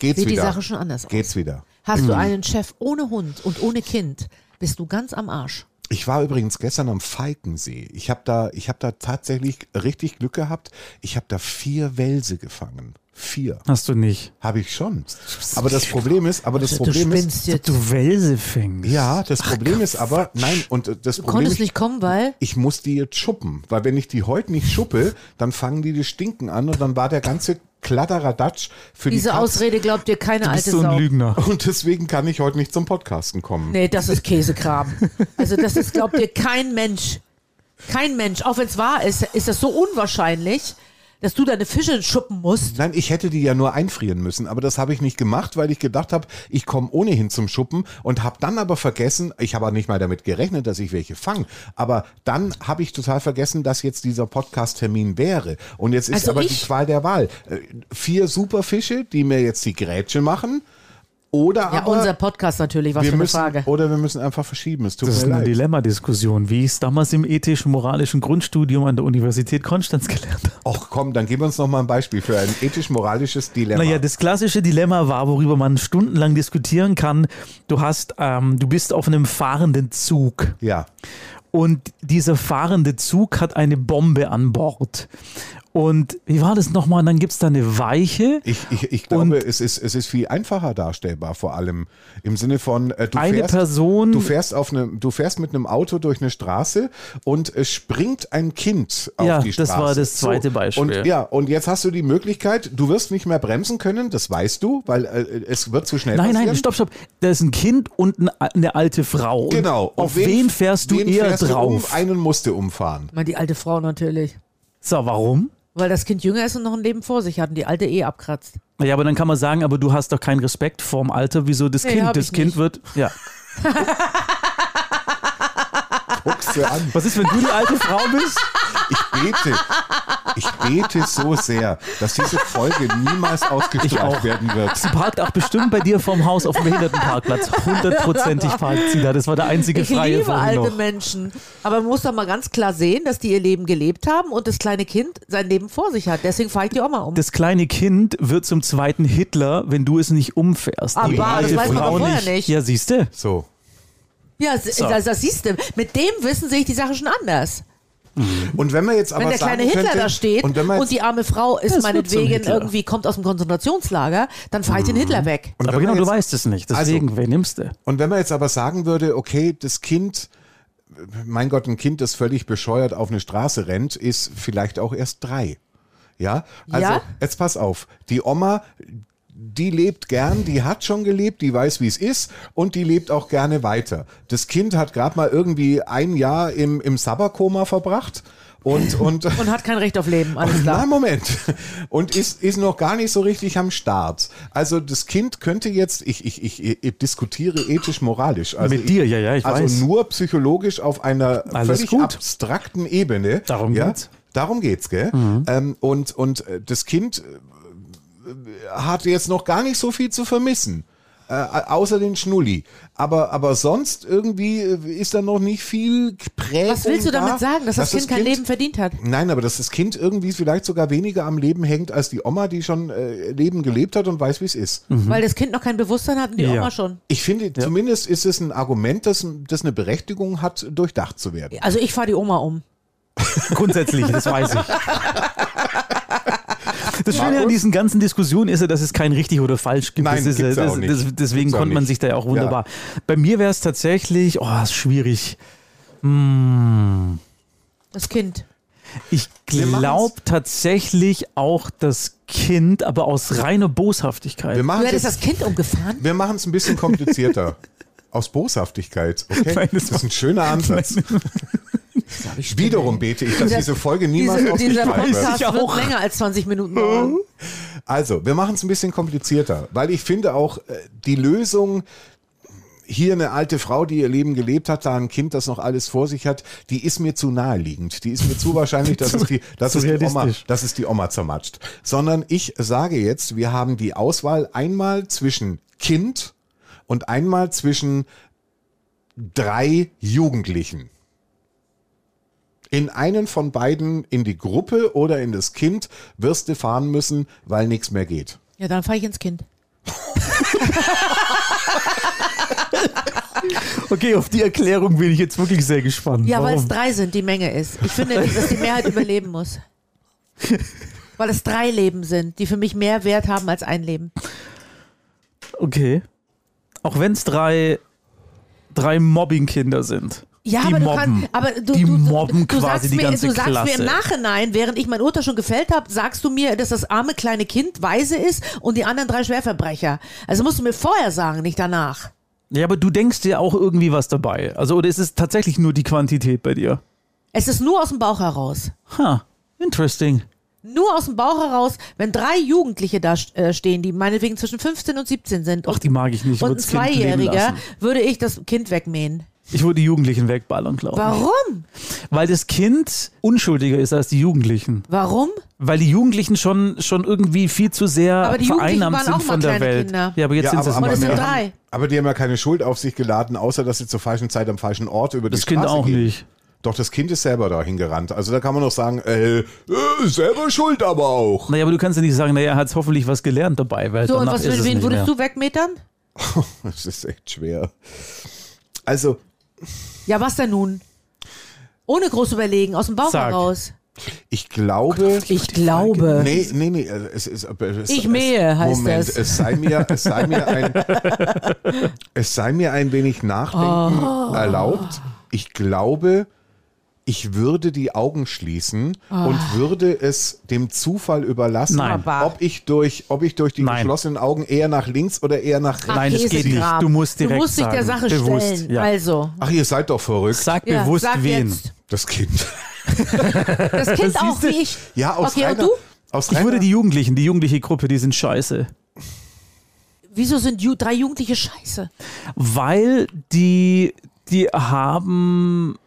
[SPEAKER 2] Geht's
[SPEAKER 4] sieht die
[SPEAKER 2] wieder. Mhm.
[SPEAKER 4] Sache schon anders aus.
[SPEAKER 2] Geht's wieder.
[SPEAKER 4] Hast du einen Chef ohne Hund und ohne Kind, bist du ganz am Arsch.
[SPEAKER 2] Ich war übrigens gestern am Falkensee. Ich habe da, ich habe da tatsächlich richtig Glück gehabt. Ich habe da vier Wälse gefangen. Vier
[SPEAKER 3] Hast du nicht.
[SPEAKER 2] habe ich schon. Aber das Problem ist, aber das
[SPEAKER 4] Also,
[SPEAKER 2] Problem
[SPEAKER 4] du
[SPEAKER 2] ist,
[SPEAKER 4] spinnst jetzt. Du
[SPEAKER 3] Du Welse fängst.
[SPEAKER 2] ja, das Problem ist aber, nein, und äh, das Problem
[SPEAKER 4] konntest
[SPEAKER 2] ist,
[SPEAKER 4] nicht kommen, weil
[SPEAKER 2] ich muss die jetzt schuppen, weil wenn ich die heute nicht schuppe, dann fangen die die Stinken an und dann war der ganze Kladderadatsch für die
[SPEAKER 4] diese
[SPEAKER 2] Katze.
[SPEAKER 4] Ausrede glaubt dir keine
[SPEAKER 3] Du bist
[SPEAKER 4] alte
[SPEAKER 3] so
[SPEAKER 4] Sau.
[SPEAKER 3] ein Lügner.
[SPEAKER 2] Und deswegen kann ich heute nicht zum Podcasten kommen.
[SPEAKER 4] Nee, das ist Käsekram. Also das ist, glaubt dir, kein Mensch. Kein Mensch. Auch wenn es wahr ist, ist das so unwahrscheinlich, dass du deine Fische schuppen musst.
[SPEAKER 2] Nein, ich hätte die ja nur einfrieren müssen, aber das habe ich nicht gemacht, weil ich gedacht habe, ich komme ohnehin zum Schuppen und habe dann aber vergessen, ich habe auch nicht mal damit gerechnet, dass ich welche fange, aber dann habe ich total vergessen, dass jetzt dieser Podcast-Termin wäre. Und jetzt ist
[SPEAKER 4] Also
[SPEAKER 2] aber die
[SPEAKER 4] ich-
[SPEAKER 2] Qual der Wahl. Äh, Vier Superfische, die mir jetzt die Grätsche machen oder
[SPEAKER 4] Ja,
[SPEAKER 2] aber
[SPEAKER 4] unser Podcast natürlich, was
[SPEAKER 2] wir
[SPEAKER 4] für eine
[SPEAKER 2] müssen,
[SPEAKER 4] Frage.
[SPEAKER 2] oder wir müssen einfach verschieben. Es tut
[SPEAKER 3] Das ist
[SPEAKER 2] mir
[SPEAKER 3] eine
[SPEAKER 2] leid.
[SPEAKER 3] Dilemmadiskussion, wie ich es damals im ethischen-moralischen Grundstudium an der Universität Konstanz gelernt habe.
[SPEAKER 2] Och komm, dann gib uns noch mal ein Beispiel für ein ethisch-moralisches Dilemma.
[SPEAKER 3] Naja, das klassische Dilemma war, worüber man stundenlang diskutieren kann. Du hast, ähm, du bist auf einem fahrenden Zug
[SPEAKER 2] ja.
[SPEAKER 3] und dieser fahrende Zug hat eine Bombe an Bord. Und wie war das nochmal? Und dann gibt es da eine Weiche.
[SPEAKER 2] Ich, ich, ich glaube, es ist, es ist viel einfacher darstellbar, vor allem im Sinne von, äh, du,
[SPEAKER 3] Eine
[SPEAKER 2] fährst,
[SPEAKER 3] Person-
[SPEAKER 2] du, fährst auf eine, du fährst mit einem Auto durch eine Straße und es springt ein Kind auf
[SPEAKER 3] Ja,
[SPEAKER 2] die
[SPEAKER 3] das
[SPEAKER 2] Straße.
[SPEAKER 3] war das zweite Beispiel.
[SPEAKER 2] Und, ja, und jetzt hast du die Möglichkeit, du wirst nicht mehr bremsen können, das weißt du, weil äh, es wird zu schnell
[SPEAKER 3] Nein,
[SPEAKER 2] passieren.
[SPEAKER 3] nein, stopp, stopp. Da ist ein Kind und ein- eine alte Frau. Und
[SPEAKER 2] Genau.
[SPEAKER 3] Auf wen, fährst du
[SPEAKER 2] wen
[SPEAKER 3] eher
[SPEAKER 2] fährst
[SPEAKER 3] drauf?
[SPEAKER 2] um? Einen musste umfahren.
[SPEAKER 4] Mal die alte Frau natürlich.
[SPEAKER 3] so, warum?
[SPEAKER 4] Weil das Kind jünger ist und noch ein Leben vor sich hat und die alte eh abkratzt.
[SPEAKER 3] Ja, aber dann kann man sagen, aber du hast doch keinen Respekt vorm Alter, wieso das
[SPEAKER 4] Nee,
[SPEAKER 3] Kind,
[SPEAKER 4] hab
[SPEAKER 3] das
[SPEAKER 4] ich
[SPEAKER 3] Kind
[SPEAKER 4] nicht.
[SPEAKER 3] wird, ja.
[SPEAKER 2] Guckst du an.
[SPEAKER 3] Was ist, wenn du die alte Frau bist?
[SPEAKER 2] Ich bete. Ich bete so sehr, dass diese Folge niemals ausgestrahlt
[SPEAKER 3] auch.
[SPEAKER 2] werden wird.
[SPEAKER 3] Sie parkt auch bestimmt bei dir vorm Haus auf dem Behindertenparkplatz. Hundertprozentig parkt sie da. Das war der einzige
[SPEAKER 4] Ich
[SPEAKER 3] Freie
[SPEAKER 4] liebe
[SPEAKER 3] vorhin
[SPEAKER 4] alte
[SPEAKER 3] noch.
[SPEAKER 4] Menschen. Aber man muss doch mal ganz klar sehen, dass die ihr Leben gelebt haben und das kleine Kind sein Leben vor sich hat. Deswegen fahre ich die Oma um.
[SPEAKER 3] Das kleine Kind wird zum zweiten Hitler, wenn du es nicht umfährst.
[SPEAKER 4] Aber
[SPEAKER 3] die
[SPEAKER 4] Ah, das
[SPEAKER 3] alte
[SPEAKER 2] weiß man
[SPEAKER 3] Frau
[SPEAKER 4] doch vorher
[SPEAKER 3] nicht.
[SPEAKER 4] nicht.
[SPEAKER 3] Ja, siehst du?
[SPEAKER 2] So.
[SPEAKER 4] ja, s- das, das siehst du. Mit dem Wissen sehe ich die Sache schon anders.
[SPEAKER 2] Und wenn man jetzt aber
[SPEAKER 4] Wenn der
[SPEAKER 2] sagen
[SPEAKER 4] kleine Hitler
[SPEAKER 2] könnte,
[SPEAKER 4] da steht
[SPEAKER 2] und,
[SPEAKER 4] und,
[SPEAKER 2] wenn man jetzt,
[SPEAKER 4] die arme Frau ist
[SPEAKER 3] Es wird zum
[SPEAKER 4] meinetwegen
[SPEAKER 3] Hitler.
[SPEAKER 4] irgendwie, kommt aus dem Konzentrationslager, dann fahre ich den Hitler weg.
[SPEAKER 2] und
[SPEAKER 3] Aber
[SPEAKER 2] wenn
[SPEAKER 3] genau,
[SPEAKER 2] man
[SPEAKER 3] du
[SPEAKER 2] jetzt, Also
[SPEAKER 3] weißt es nicht. Deswegen, wen nimmst du?
[SPEAKER 2] Und wenn man jetzt aber sagen würde, okay, das Kind, mein Gott, ein Kind, das völlig bescheuert auf eine Straße rennt, ist vielleicht auch erst drei. Ja? Also,
[SPEAKER 4] Ja.
[SPEAKER 2] jetzt pass auf. Die Oma, die lebt gern, die hat schon gelebt, die weiß, wie es ist und die lebt auch gerne weiter. Das Kind hat gerade mal irgendwie ein Jahr im, im Sabberkoma verbracht und, und,
[SPEAKER 4] *laughs* Und hat kein Recht auf Leben, alles klar.
[SPEAKER 2] Nein, Moment. Und ist, ist noch gar nicht so richtig am Start. Also das Kind könnte jetzt, ich, ich, ich, ich diskutiere ethisch-moralisch. Also
[SPEAKER 3] Mit dir, ja, ja, ich
[SPEAKER 2] Also
[SPEAKER 3] weiß.
[SPEAKER 2] nur psychologisch auf einer
[SPEAKER 3] Alles
[SPEAKER 2] völlig
[SPEAKER 3] gut.
[SPEAKER 2] abstrakten Ebene.
[SPEAKER 3] Darum
[SPEAKER 2] ja?
[SPEAKER 3] geht's.
[SPEAKER 2] Darum geht's, gell?
[SPEAKER 4] Mhm.
[SPEAKER 2] Ähm, und, und äh, das Kind äh, hat jetzt noch gar nicht so viel zu vermissen. Äh, außer den Schnulli. Aber, aber sonst irgendwie äh, ist da noch nicht viel Prägung
[SPEAKER 4] Was willst du
[SPEAKER 2] da,
[SPEAKER 4] damit sagen, dass das
[SPEAKER 2] dass
[SPEAKER 4] Kind kein Leben verdient hat?
[SPEAKER 2] Nein, aber dass das Kind irgendwie vielleicht sogar weniger am Leben hängt als die Oma, die schon äh, Leben gelebt hat und weiß, wie es ist.
[SPEAKER 4] Weil das Kind noch kein Bewusstsein hat und die
[SPEAKER 3] Ja.
[SPEAKER 4] Oma schon.
[SPEAKER 2] Ich finde, zumindest ist es ein Argument, das, das eine Berechtigung hat, durchdacht zu werden.
[SPEAKER 4] Also ich fahre die Oma um.
[SPEAKER 3] Grundsätzlich, das weiß ich. Das Schöne an diesen ganzen Diskussionen ist ja, dass es kein richtig oder falsch gibt.
[SPEAKER 2] Nein,
[SPEAKER 3] das ist ja-
[SPEAKER 2] gibt's ja
[SPEAKER 3] das,
[SPEAKER 2] auch nicht.
[SPEAKER 3] Das, deswegen
[SPEAKER 2] Gibt's auch
[SPEAKER 3] konnte man
[SPEAKER 2] nicht.
[SPEAKER 3] sich da ja auch wunderbar. Bei mir wäre es tatsächlich, oh, ist schwierig.
[SPEAKER 4] Das Kind.
[SPEAKER 3] Ich
[SPEAKER 2] machen's.
[SPEAKER 3] glaube tatsächlich auch das Kind, aber aus reiner Boshaftigkeit.
[SPEAKER 2] Wir
[SPEAKER 4] Du
[SPEAKER 2] machen es
[SPEAKER 4] hättest das
[SPEAKER 2] jetzt-
[SPEAKER 4] Kind umgefahren?
[SPEAKER 2] wir machen's ein bisschen komplizierter.
[SPEAKER 4] *laughs*
[SPEAKER 2] Aus Boshaftigkeit. Okay?
[SPEAKER 3] Nein, das
[SPEAKER 2] das ist ein schöner Ansatz. Wiederum bete ich, dass
[SPEAKER 4] Dieser-
[SPEAKER 2] diese Folge niemals
[SPEAKER 4] Diese, dieser
[SPEAKER 2] ausgestrahlt wird.
[SPEAKER 4] Podcast
[SPEAKER 3] Ich
[SPEAKER 4] wird
[SPEAKER 3] auch.
[SPEAKER 4] länger als 20 Minuten dauern.
[SPEAKER 2] Also, wir machen es ein bisschen komplizierter, weil ich finde auch äh, die Lösung, hier eine alte Frau, die ihr Leben gelebt hat, da ein Kind, das noch alles vor sich hat, die ist mir zu naheliegend. Die ist mir zu wahrscheinlich, dass es die, dass
[SPEAKER 3] *laughs* Zu
[SPEAKER 2] es die, Oma,
[SPEAKER 3] realistisch.
[SPEAKER 2] dass es die Oma zermatscht. Sondern ich sage jetzt, wir haben die Auswahl einmal zwischen Kind und einmal zwischen drei Jugendlichen. In einen von beiden, in die Gruppe oder in das Kind, wirst du fahren müssen, weil nichts mehr geht.
[SPEAKER 4] Ja, dann fahre ich ins Kind.
[SPEAKER 3] *laughs* Okay, auf die Erklärung bin ich jetzt wirklich sehr gespannt.
[SPEAKER 4] Ja, weil es
[SPEAKER 3] Warum?
[SPEAKER 4] drei sind, die Menge ist. Ich
[SPEAKER 3] *laughs*
[SPEAKER 4] finde, nicht, dass die Mehrheit überleben muss. Weil es drei Leben sind, die für mich mehr Wert haben als ein Leben.
[SPEAKER 3] Okay. Auch wenn es drei, drei Mobbing-Kinder sind.
[SPEAKER 4] Ja,
[SPEAKER 3] die
[SPEAKER 4] aber, du
[SPEAKER 3] mobben.
[SPEAKER 4] kannst, aber du,
[SPEAKER 3] die
[SPEAKER 4] du, du,
[SPEAKER 3] mobben
[SPEAKER 4] du
[SPEAKER 3] quasi
[SPEAKER 4] sagst
[SPEAKER 3] die
[SPEAKER 4] mir,
[SPEAKER 3] ganze
[SPEAKER 4] Du sagst
[SPEAKER 3] Klasse.
[SPEAKER 4] mir im Nachhinein, während ich mein Urteil schon gefällt habe, sagst du mir, dass das arme kleine Kind weise ist und die anderen drei Schwerverbrecher. Also musst du mir vorher sagen, nicht danach.
[SPEAKER 3] ja, aber du denkst dir auch irgendwie was dabei. Also, oder ist es tatsächlich nur die Quantität bei dir?
[SPEAKER 4] Es ist nur aus dem Bauch heraus.
[SPEAKER 3] Ha, interesting.
[SPEAKER 4] Nur aus dem Bauch heraus, wenn drei Jugendliche da äh, stehen, die meinetwegen zwischen 15 und 17 sind
[SPEAKER 3] Ach, die mag ich nicht. Ich
[SPEAKER 4] und
[SPEAKER 3] würde
[SPEAKER 4] ein
[SPEAKER 3] das Kind leben
[SPEAKER 4] Zweijähriger,
[SPEAKER 3] lassen.
[SPEAKER 4] würde ich das Kind wegmähen.
[SPEAKER 3] Ich würde die Jugendlichen wegballern, glaube
[SPEAKER 4] Warum?
[SPEAKER 3] ich. Weil das Kind unschuldiger ist als die Jugendlichen.
[SPEAKER 4] Warum?
[SPEAKER 3] Weil die Jugendlichen schon, schon irgendwie viel zu sehr
[SPEAKER 4] Aber die Jugendlichen
[SPEAKER 3] vereinnahmt
[SPEAKER 4] waren
[SPEAKER 3] sind
[SPEAKER 4] auch mal
[SPEAKER 3] von der
[SPEAKER 4] kleine
[SPEAKER 3] Welt.
[SPEAKER 4] Kinder.
[SPEAKER 3] Ja, aber jetzt sind sie es
[SPEAKER 4] aber das
[SPEAKER 3] nicht mehr.
[SPEAKER 4] sind
[SPEAKER 2] die
[SPEAKER 4] drei.
[SPEAKER 2] haben- Aber die haben ja keine Schuld auf sich geladen, außer dass sie zur falschen Zeit am falschen Ort über
[SPEAKER 3] Das
[SPEAKER 2] die
[SPEAKER 3] Kind
[SPEAKER 2] Straße
[SPEAKER 3] auch
[SPEAKER 2] gehen.
[SPEAKER 3] nicht.
[SPEAKER 2] Doch das Kind ist selber dahin gerannt. Also da kann man doch sagen, äh, äh, selber schuld aber auch.
[SPEAKER 3] Naja, aber du kannst ja nicht sagen, naja, er hat hoffentlich was gelernt dabei, weil
[SPEAKER 4] So, und
[SPEAKER 3] danach
[SPEAKER 4] was,
[SPEAKER 3] ist
[SPEAKER 4] mit
[SPEAKER 3] es
[SPEAKER 4] wen
[SPEAKER 3] nicht
[SPEAKER 4] würdest
[SPEAKER 3] mehr.
[SPEAKER 4] du wegmetern?
[SPEAKER 2] Das ist echt schwer. Also,
[SPEAKER 4] Ja, was denn nun? Ohne groß überlegen, aus dem Bauch
[SPEAKER 3] Sag.
[SPEAKER 4] heraus.
[SPEAKER 2] Ich glaube.
[SPEAKER 4] Ich glaube.
[SPEAKER 2] Nee, nee, nee. äh, Es, es, äh, es,
[SPEAKER 4] Ich
[SPEAKER 2] es-
[SPEAKER 4] mähe, heißt
[SPEAKER 2] Moment,
[SPEAKER 4] das.
[SPEAKER 2] Es sei mir, es sei mir ein,
[SPEAKER 3] *laughs*
[SPEAKER 2] es sei mir ein wenig Nachdenken
[SPEAKER 3] Oh.
[SPEAKER 2] erlaubt. Ich glaube, ich würde die Augen schließen und würde es dem Zufall überlassen,
[SPEAKER 3] Ah. Nein.
[SPEAKER 4] Aber-
[SPEAKER 2] ob ich durch, ob ich durch die
[SPEAKER 3] Nein.
[SPEAKER 2] geschlossenen Augen eher nach links oder eher nach rechts.
[SPEAKER 3] Nein, das geht nicht.
[SPEAKER 4] Käsegraben.
[SPEAKER 3] Du musst direkt
[SPEAKER 4] Du musst dich der
[SPEAKER 3] sagen.
[SPEAKER 4] Sache
[SPEAKER 3] Bewusst,
[SPEAKER 4] stellen.
[SPEAKER 3] ja.
[SPEAKER 4] Also.
[SPEAKER 2] Ach, ihr seid doch verrückt.
[SPEAKER 3] Sag
[SPEAKER 4] Ja,
[SPEAKER 3] bewusst
[SPEAKER 4] sag
[SPEAKER 3] wen.
[SPEAKER 4] Jetzt.
[SPEAKER 2] Das Kind. *laughs*
[SPEAKER 3] *laughs*
[SPEAKER 4] Das Kind auch wie ich.
[SPEAKER 2] Ja, aus
[SPEAKER 4] okay, und
[SPEAKER 2] reiner,
[SPEAKER 4] du?
[SPEAKER 2] Aus
[SPEAKER 3] Ich
[SPEAKER 2] reiner,
[SPEAKER 3] würde die Jugendlichen, die jugendliche Gruppe, die sind scheiße.
[SPEAKER 4] Wieso sind Ju drei Jugendliche scheiße?
[SPEAKER 3] Weil die, die haben.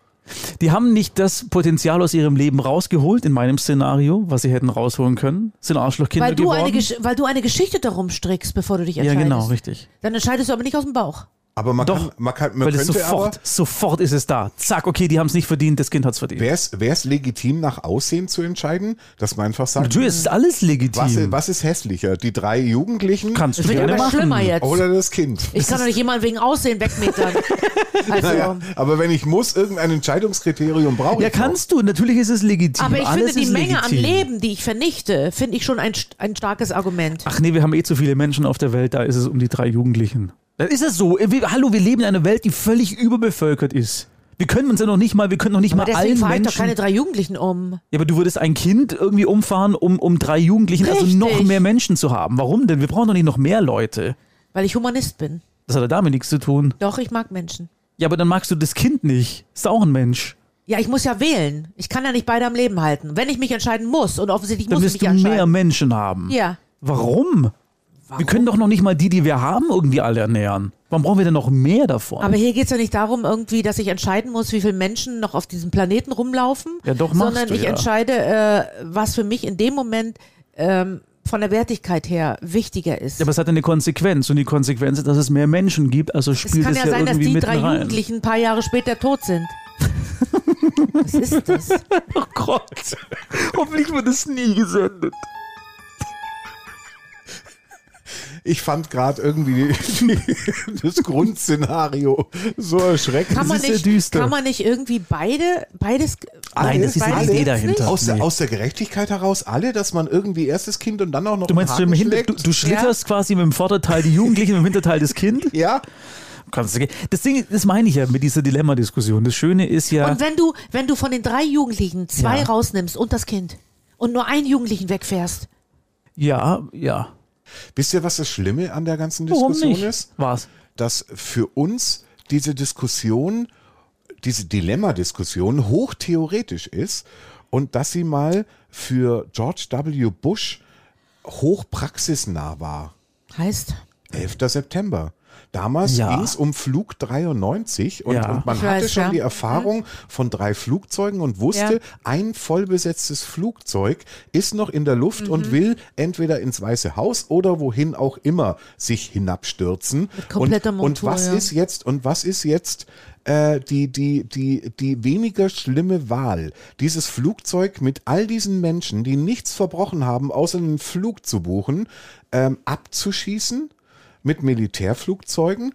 [SPEAKER 3] Die haben nicht das Potenzial aus ihrem Leben rausgeholt, in meinem Szenario, was sie hätten rausholen können. Sind Arschlochkinder
[SPEAKER 4] Weil du,
[SPEAKER 3] geworden.
[SPEAKER 4] eine Gesch- weil du eine Geschichte darum strickst, bevor du dich
[SPEAKER 3] ja,
[SPEAKER 4] entscheidest.
[SPEAKER 3] genau, richtig.
[SPEAKER 4] Dann entscheidest du aber nicht aus dem Bauch.
[SPEAKER 2] aber man
[SPEAKER 3] Doch,
[SPEAKER 2] kann, man kann, man
[SPEAKER 3] Weil es
[SPEAKER 2] könnte
[SPEAKER 3] sofort,
[SPEAKER 2] aber,
[SPEAKER 3] sofort ist es da. Zack, okay, die haben es nicht verdient, das Kind hat es verdient.
[SPEAKER 2] Wäre es legitim, nach Aussehen zu entscheiden, dass man einfach sagt,
[SPEAKER 3] Natürlich es ist alles legitim.
[SPEAKER 2] was, was ist hässlicher? Die drei Jugendlichen
[SPEAKER 3] Kannst
[SPEAKER 4] Das
[SPEAKER 3] du
[SPEAKER 4] wird
[SPEAKER 3] gerne
[SPEAKER 4] immer
[SPEAKER 3] machen.
[SPEAKER 4] schlimmer jetzt.
[SPEAKER 2] oder das Kind?
[SPEAKER 4] ich kann doch nicht jemanden wegen Aussehen
[SPEAKER 3] *laughs*
[SPEAKER 4] wegmetern. Also,
[SPEAKER 2] Naja, aber wenn ich muss, irgendein Entscheidungskriterium brauche
[SPEAKER 3] Ja,
[SPEAKER 2] ich. doch.
[SPEAKER 3] kannst du. Natürlich ist es legitim.
[SPEAKER 4] Aber ich
[SPEAKER 3] Alles
[SPEAKER 4] finde, die
[SPEAKER 3] ist
[SPEAKER 4] Menge
[SPEAKER 3] legitim.
[SPEAKER 4] an Leben, die ich vernichte, finde ich schon ein, st- ein starkes Argument.
[SPEAKER 3] Ach nee, wir haben eh zu viele Menschen auf der Welt, da ist es um die drei Jugendlichen. Da ist es so. äh, Wir, hallo, wir leben in einer Welt, die völlig überbevölkert ist. Wir können uns ja noch nicht mal, wir können noch nicht
[SPEAKER 4] Aber
[SPEAKER 3] mal allen
[SPEAKER 4] deswegen fahre ich doch
[SPEAKER 3] Menschen.
[SPEAKER 4] keine drei Jugendlichen um.
[SPEAKER 3] ja, aber du würdest ein Kind irgendwie umfahren, um, um drei Jugendlichen, also
[SPEAKER 4] Richtig.
[SPEAKER 3] noch mehr Menschen zu haben. Warum denn? Wir brauchen doch nicht noch mehr Leute.
[SPEAKER 4] Weil ich Humanist bin.
[SPEAKER 3] Das hat ja damit nichts zu tun.
[SPEAKER 4] Doch, ich mag Menschen.
[SPEAKER 3] Ja, aber dann magst du das Kind nicht. Ist auch ein Mensch.
[SPEAKER 4] Ja, ich muss ja wählen. Ich kann ja nicht beide am Leben halten. Wenn ich mich entscheiden muss, und offensichtlich
[SPEAKER 3] Dann
[SPEAKER 4] muss ich mich
[SPEAKER 3] wirst du mehr
[SPEAKER 4] entscheiden.
[SPEAKER 3] Menschen haben.
[SPEAKER 4] Ja.
[SPEAKER 3] Warum? Wir können doch noch nicht mal die, die wir haben, irgendwie alle ernähren. Warum brauchen wir denn noch mehr davon?
[SPEAKER 4] Aber hier geht es ja nicht darum, irgendwie, dass ich entscheiden muss, wie viele Menschen noch auf diesem Planeten rumlaufen,
[SPEAKER 3] Ja, doch machst
[SPEAKER 4] sondern
[SPEAKER 3] du,
[SPEAKER 4] ich
[SPEAKER 3] ja.
[SPEAKER 4] entscheide, äh, was für mich in dem Moment ähm, von der Wertigkeit her wichtiger ist.
[SPEAKER 3] Ja, aber es hat eine Konsequenz und die Konsequenz ist, dass es mehr Menschen gibt, also
[SPEAKER 4] es
[SPEAKER 3] spielt
[SPEAKER 4] kann
[SPEAKER 3] es
[SPEAKER 4] ja
[SPEAKER 3] ja,
[SPEAKER 4] sein, dass
[SPEAKER 3] irgendwie
[SPEAKER 4] die
[SPEAKER 3] mit
[SPEAKER 4] drei
[SPEAKER 3] rein.
[SPEAKER 4] Jugendlichen ein paar Jahre später tot
[SPEAKER 3] *laughs*
[SPEAKER 4] sind. was ist das?
[SPEAKER 3] Oh Gott, hoffentlich wird es nie gesendet.
[SPEAKER 2] Ich fand gerade irgendwie die, die, das Grundszenario so erschreckend.
[SPEAKER 4] Kann man,
[SPEAKER 3] ist sehr
[SPEAKER 4] nicht,
[SPEAKER 3] düster.
[SPEAKER 4] kann man nicht irgendwie beide, beides.
[SPEAKER 3] Nein, das ist die
[SPEAKER 4] beides
[SPEAKER 3] Idee
[SPEAKER 4] gibt's
[SPEAKER 3] dahinter.
[SPEAKER 2] aus, der,
[SPEAKER 3] Nee.
[SPEAKER 2] aus der Gerechtigkeit heraus alle, dass man irgendwie erst das Kind und dann auch noch
[SPEAKER 3] Du meinst, du,
[SPEAKER 2] einen
[SPEAKER 3] im
[SPEAKER 2] Haken
[SPEAKER 3] Hinter, du,
[SPEAKER 2] schlägt?
[SPEAKER 3] du schlitterst quasi mit dem Vorderteil die Jugendlichen, mit dem Hinterteil das Kind?
[SPEAKER 2] ja,
[SPEAKER 3] Kannst du- Das Ding, das meine ich ja mit dieser Dilemma-Diskussion. Das Schöne ist ja,
[SPEAKER 4] Und wenn du, wenn du von den drei Jugendlichen zwei
[SPEAKER 3] Ah. Ja.
[SPEAKER 4] rausnimmst und das Kind und nur einen Jugendlichen wegfährst,
[SPEAKER 3] ja, ja.
[SPEAKER 2] wisst ihr, was das Schlimme an der ganzen
[SPEAKER 3] Warum
[SPEAKER 2] Diskussion
[SPEAKER 3] nicht?
[SPEAKER 2] ist?
[SPEAKER 3] Was?
[SPEAKER 2] dass für uns diese Diskussion, diese Dilemma-Diskussion hochtheoretisch ist und dass sie mal für George W. Bush hochpraxisnah war.
[SPEAKER 4] heißt.
[SPEAKER 2] 11. September. Damals
[SPEAKER 3] Ja.
[SPEAKER 2] ging es um Flug 93 und,
[SPEAKER 3] Ja.
[SPEAKER 2] und man
[SPEAKER 4] Ich
[SPEAKER 2] hatte
[SPEAKER 4] weiß,
[SPEAKER 2] schon
[SPEAKER 4] ja.
[SPEAKER 2] die Erfahrung von drei Flugzeugen und wusste,
[SPEAKER 4] Ja.
[SPEAKER 2] ein vollbesetztes Flugzeug ist noch in der Luft
[SPEAKER 4] Mhm.
[SPEAKER 2] und will entweder ins Weiße Haus oder wohin auch immer sich hinabstürzen.
[SPEAKER 4] kompletter
[SPEAKER 2] und, und
[SPEAKER 4] Montur,
[SPEAKER 2] was
[SPEAKER 4] ja.
[SPEAKER 2] ist jetzt und was ist jetzt äh, die, die, die, die weniger schlimme Wahl? Dieses Flugzeug mit all diesen Menschen, die nichts verbrochen haben, außer einen Flug zu buchen, ähm, abzuschießen mit Militärflugzeugen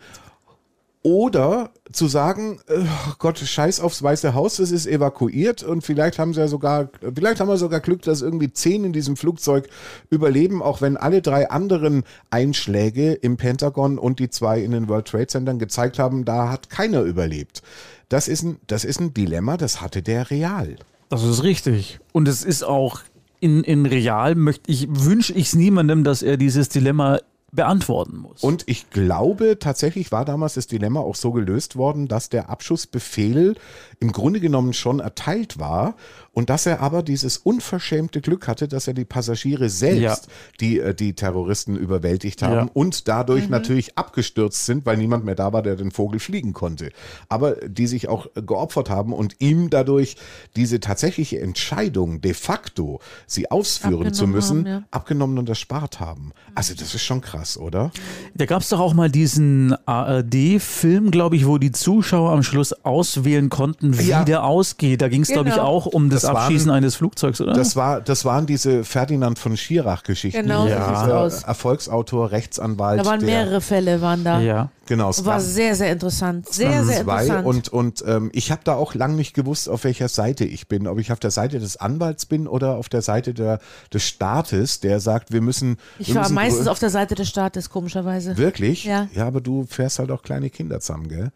[SPEAKER 2] oder zu sagen, äh, Gott, scheiß aufs Weiße Haus, es ist evakuiert und vielleicht haben sie ja sogar, vielleicht haben wir sogar Glück, dass irgendwie zehn in diesem Flugzeug überleben, auch wenn alle drei anderen Einschläge im Pentagon und die zwei in den World Trade Centern gezeigt haben, da hat keiner überlebt. Das ist ein, das ist ein Dilemma, das hatte der real.
[SPEAKER 3] Das ist richtig. Und es ist auch in, in real, möchte ich, wünsche ich es niemandem, dass er dieses Dilemma beantworten muss.
[SPEAKER 2] Und ich glaube, tatsächlich war damals das Dilemma auch so gelöst worden, dass der Abschussbefehl im Grunde genommen schon erteilt war und dass er aber dieses unverschämte Glück hatte, dass er die Passagiere selbst,
[SPEAKER 3] Ja.
[SPEAKER 2] die äh, die Terroristen überwältigt haben
[SPEAKER 3] Ja.
[SPEAKER 2] und dadurch
[SPEAKER 4] Mhm.
[SPEAKER 2] natürlich abgestürzt sind, weil niemand mehr da war, der den Vogel fliegen konnte. Aber die sich auch äh, geopfert haben und ihm dadurch diese tatsächliche Entscheidung de facto, sie ausführen zu
[SPEAKER 4] Abgenommen
[SPEAKER 2] müssen,
[SPEAKER 4] haben, ja.
[SPEAKER 2] abgenommen und erspart haben. Also das ist schon krass, oder?
[SPEAKER 3] Da gab es doch auch mal diesen ARD-Film, glaube ich, wo die Zuschauer am Schluss auswählen konnten, wie
[SPEAKER 2] Ja.
[SPEAKER 3] der ausgeht. Da ging es, glaube ich,
[SPEAKER 4] Genau.
[SPEAKER 3] auch um das,
[SPEAKER 2] waren-
[SPEAKER 3] Abschießen eines Flugzeugs, oder?
[SPEAKER 2] Das, war, das waren diese Ferdinand von Schirach-Geschichten.
[SPEAKER 4] Genau so
[SPEAKER 3] Ja.
[SPEAKER 4] sieht's aus.
[SPEAKER 2] Dieser Erfolgsautor, Rechtsanwalt.
[SPEAKER 4] Da waren
[SPEAKER 2] der-
[SPEAKER 4] mehrere Fälle, waren da.
[SPEAKER 3] Halt ja.
[SPEAKER 2] Genau, es
[SPEAKER 4] War
[SPEAKER 2] waren
[SPEAKER 4] sehr, sehr interessant. Sehr, sehr
[SPEAKER 2] zwei.
[SPEAKER 4] interessant.
[SPEAKER 2] Und, und ähm, ich habe da auch lang nicht gewusst, auf welcher Seite ich bin. Ob ich auf der Seite des Anwalts bin oder auf der Seite der, des Staates, der sagt, wir müssen.
[SPEAKER 4] ich
[SPEAKER 2] wir
[SPEAKER 4] war
[SPEAKER 2] müssen
[SPEAKER 4] meistens
[SPEAKER 2] grö-
[SPEAKER 4] auf der Seite des Staates, komischerweise.
[SPEAKER 2] Wirklich?
[SPEAKER 4] Ja.
[SPEAKER 2] ja, aber du fährst halt auch kleine Kinder zusammen, gell?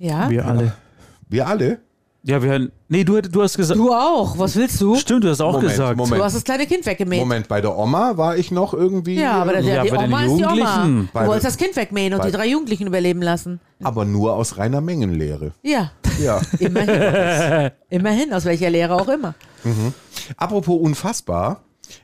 [SPEAKER 4] Ja.
[SPEAKER 3] Wir alle.
[SPEAKER 2] Wir alle?
[SPEAKER 3] Ja, wir. Nee, du, hätt- du hast gesagt.
[SPEAKER 4] Du auch. Was willst du?
[SPEAKER 3] Stimmt, du hast auch
[SPEAKER 2] Moment,
[SPEAKER 3] gesagt.
[SPEAKER 2] Moment.
[SPEAKER 4] Du hast das kleine Kind weggemäht.
[SPEAKER 2] Moment, bei der Oma war ich noch irgendwie. ähm,
[SPEAKER 4] Ja, aber der,
[SPEAKER 3] Ja,
[SPEAKER 4] die
[SPEAKER 3] bei den
[SPEAKER 4] Oma ist die Oma.
[SPEAKER 3] Jugendlichen.
[SPEAKER 4] Du
[SPEAKER 2] Bei-
[SPEAKER 4] wolltest das Kind wegmähen und
[SPEAKER 2] bei-
[SPEAKER 4] die drei Jugendlichen überleben lassen.
[SPEAKER 2] aber nur aus reiner Mengenlehre.
[SPEAKER 4] Ja, *laughs*
[SPEAKER 2] Ja.
[SPEAKER 4] immerhin. immerhin, aus welcher Lehre auch immer.
[SPEAKER 2] Apropos unfassbar,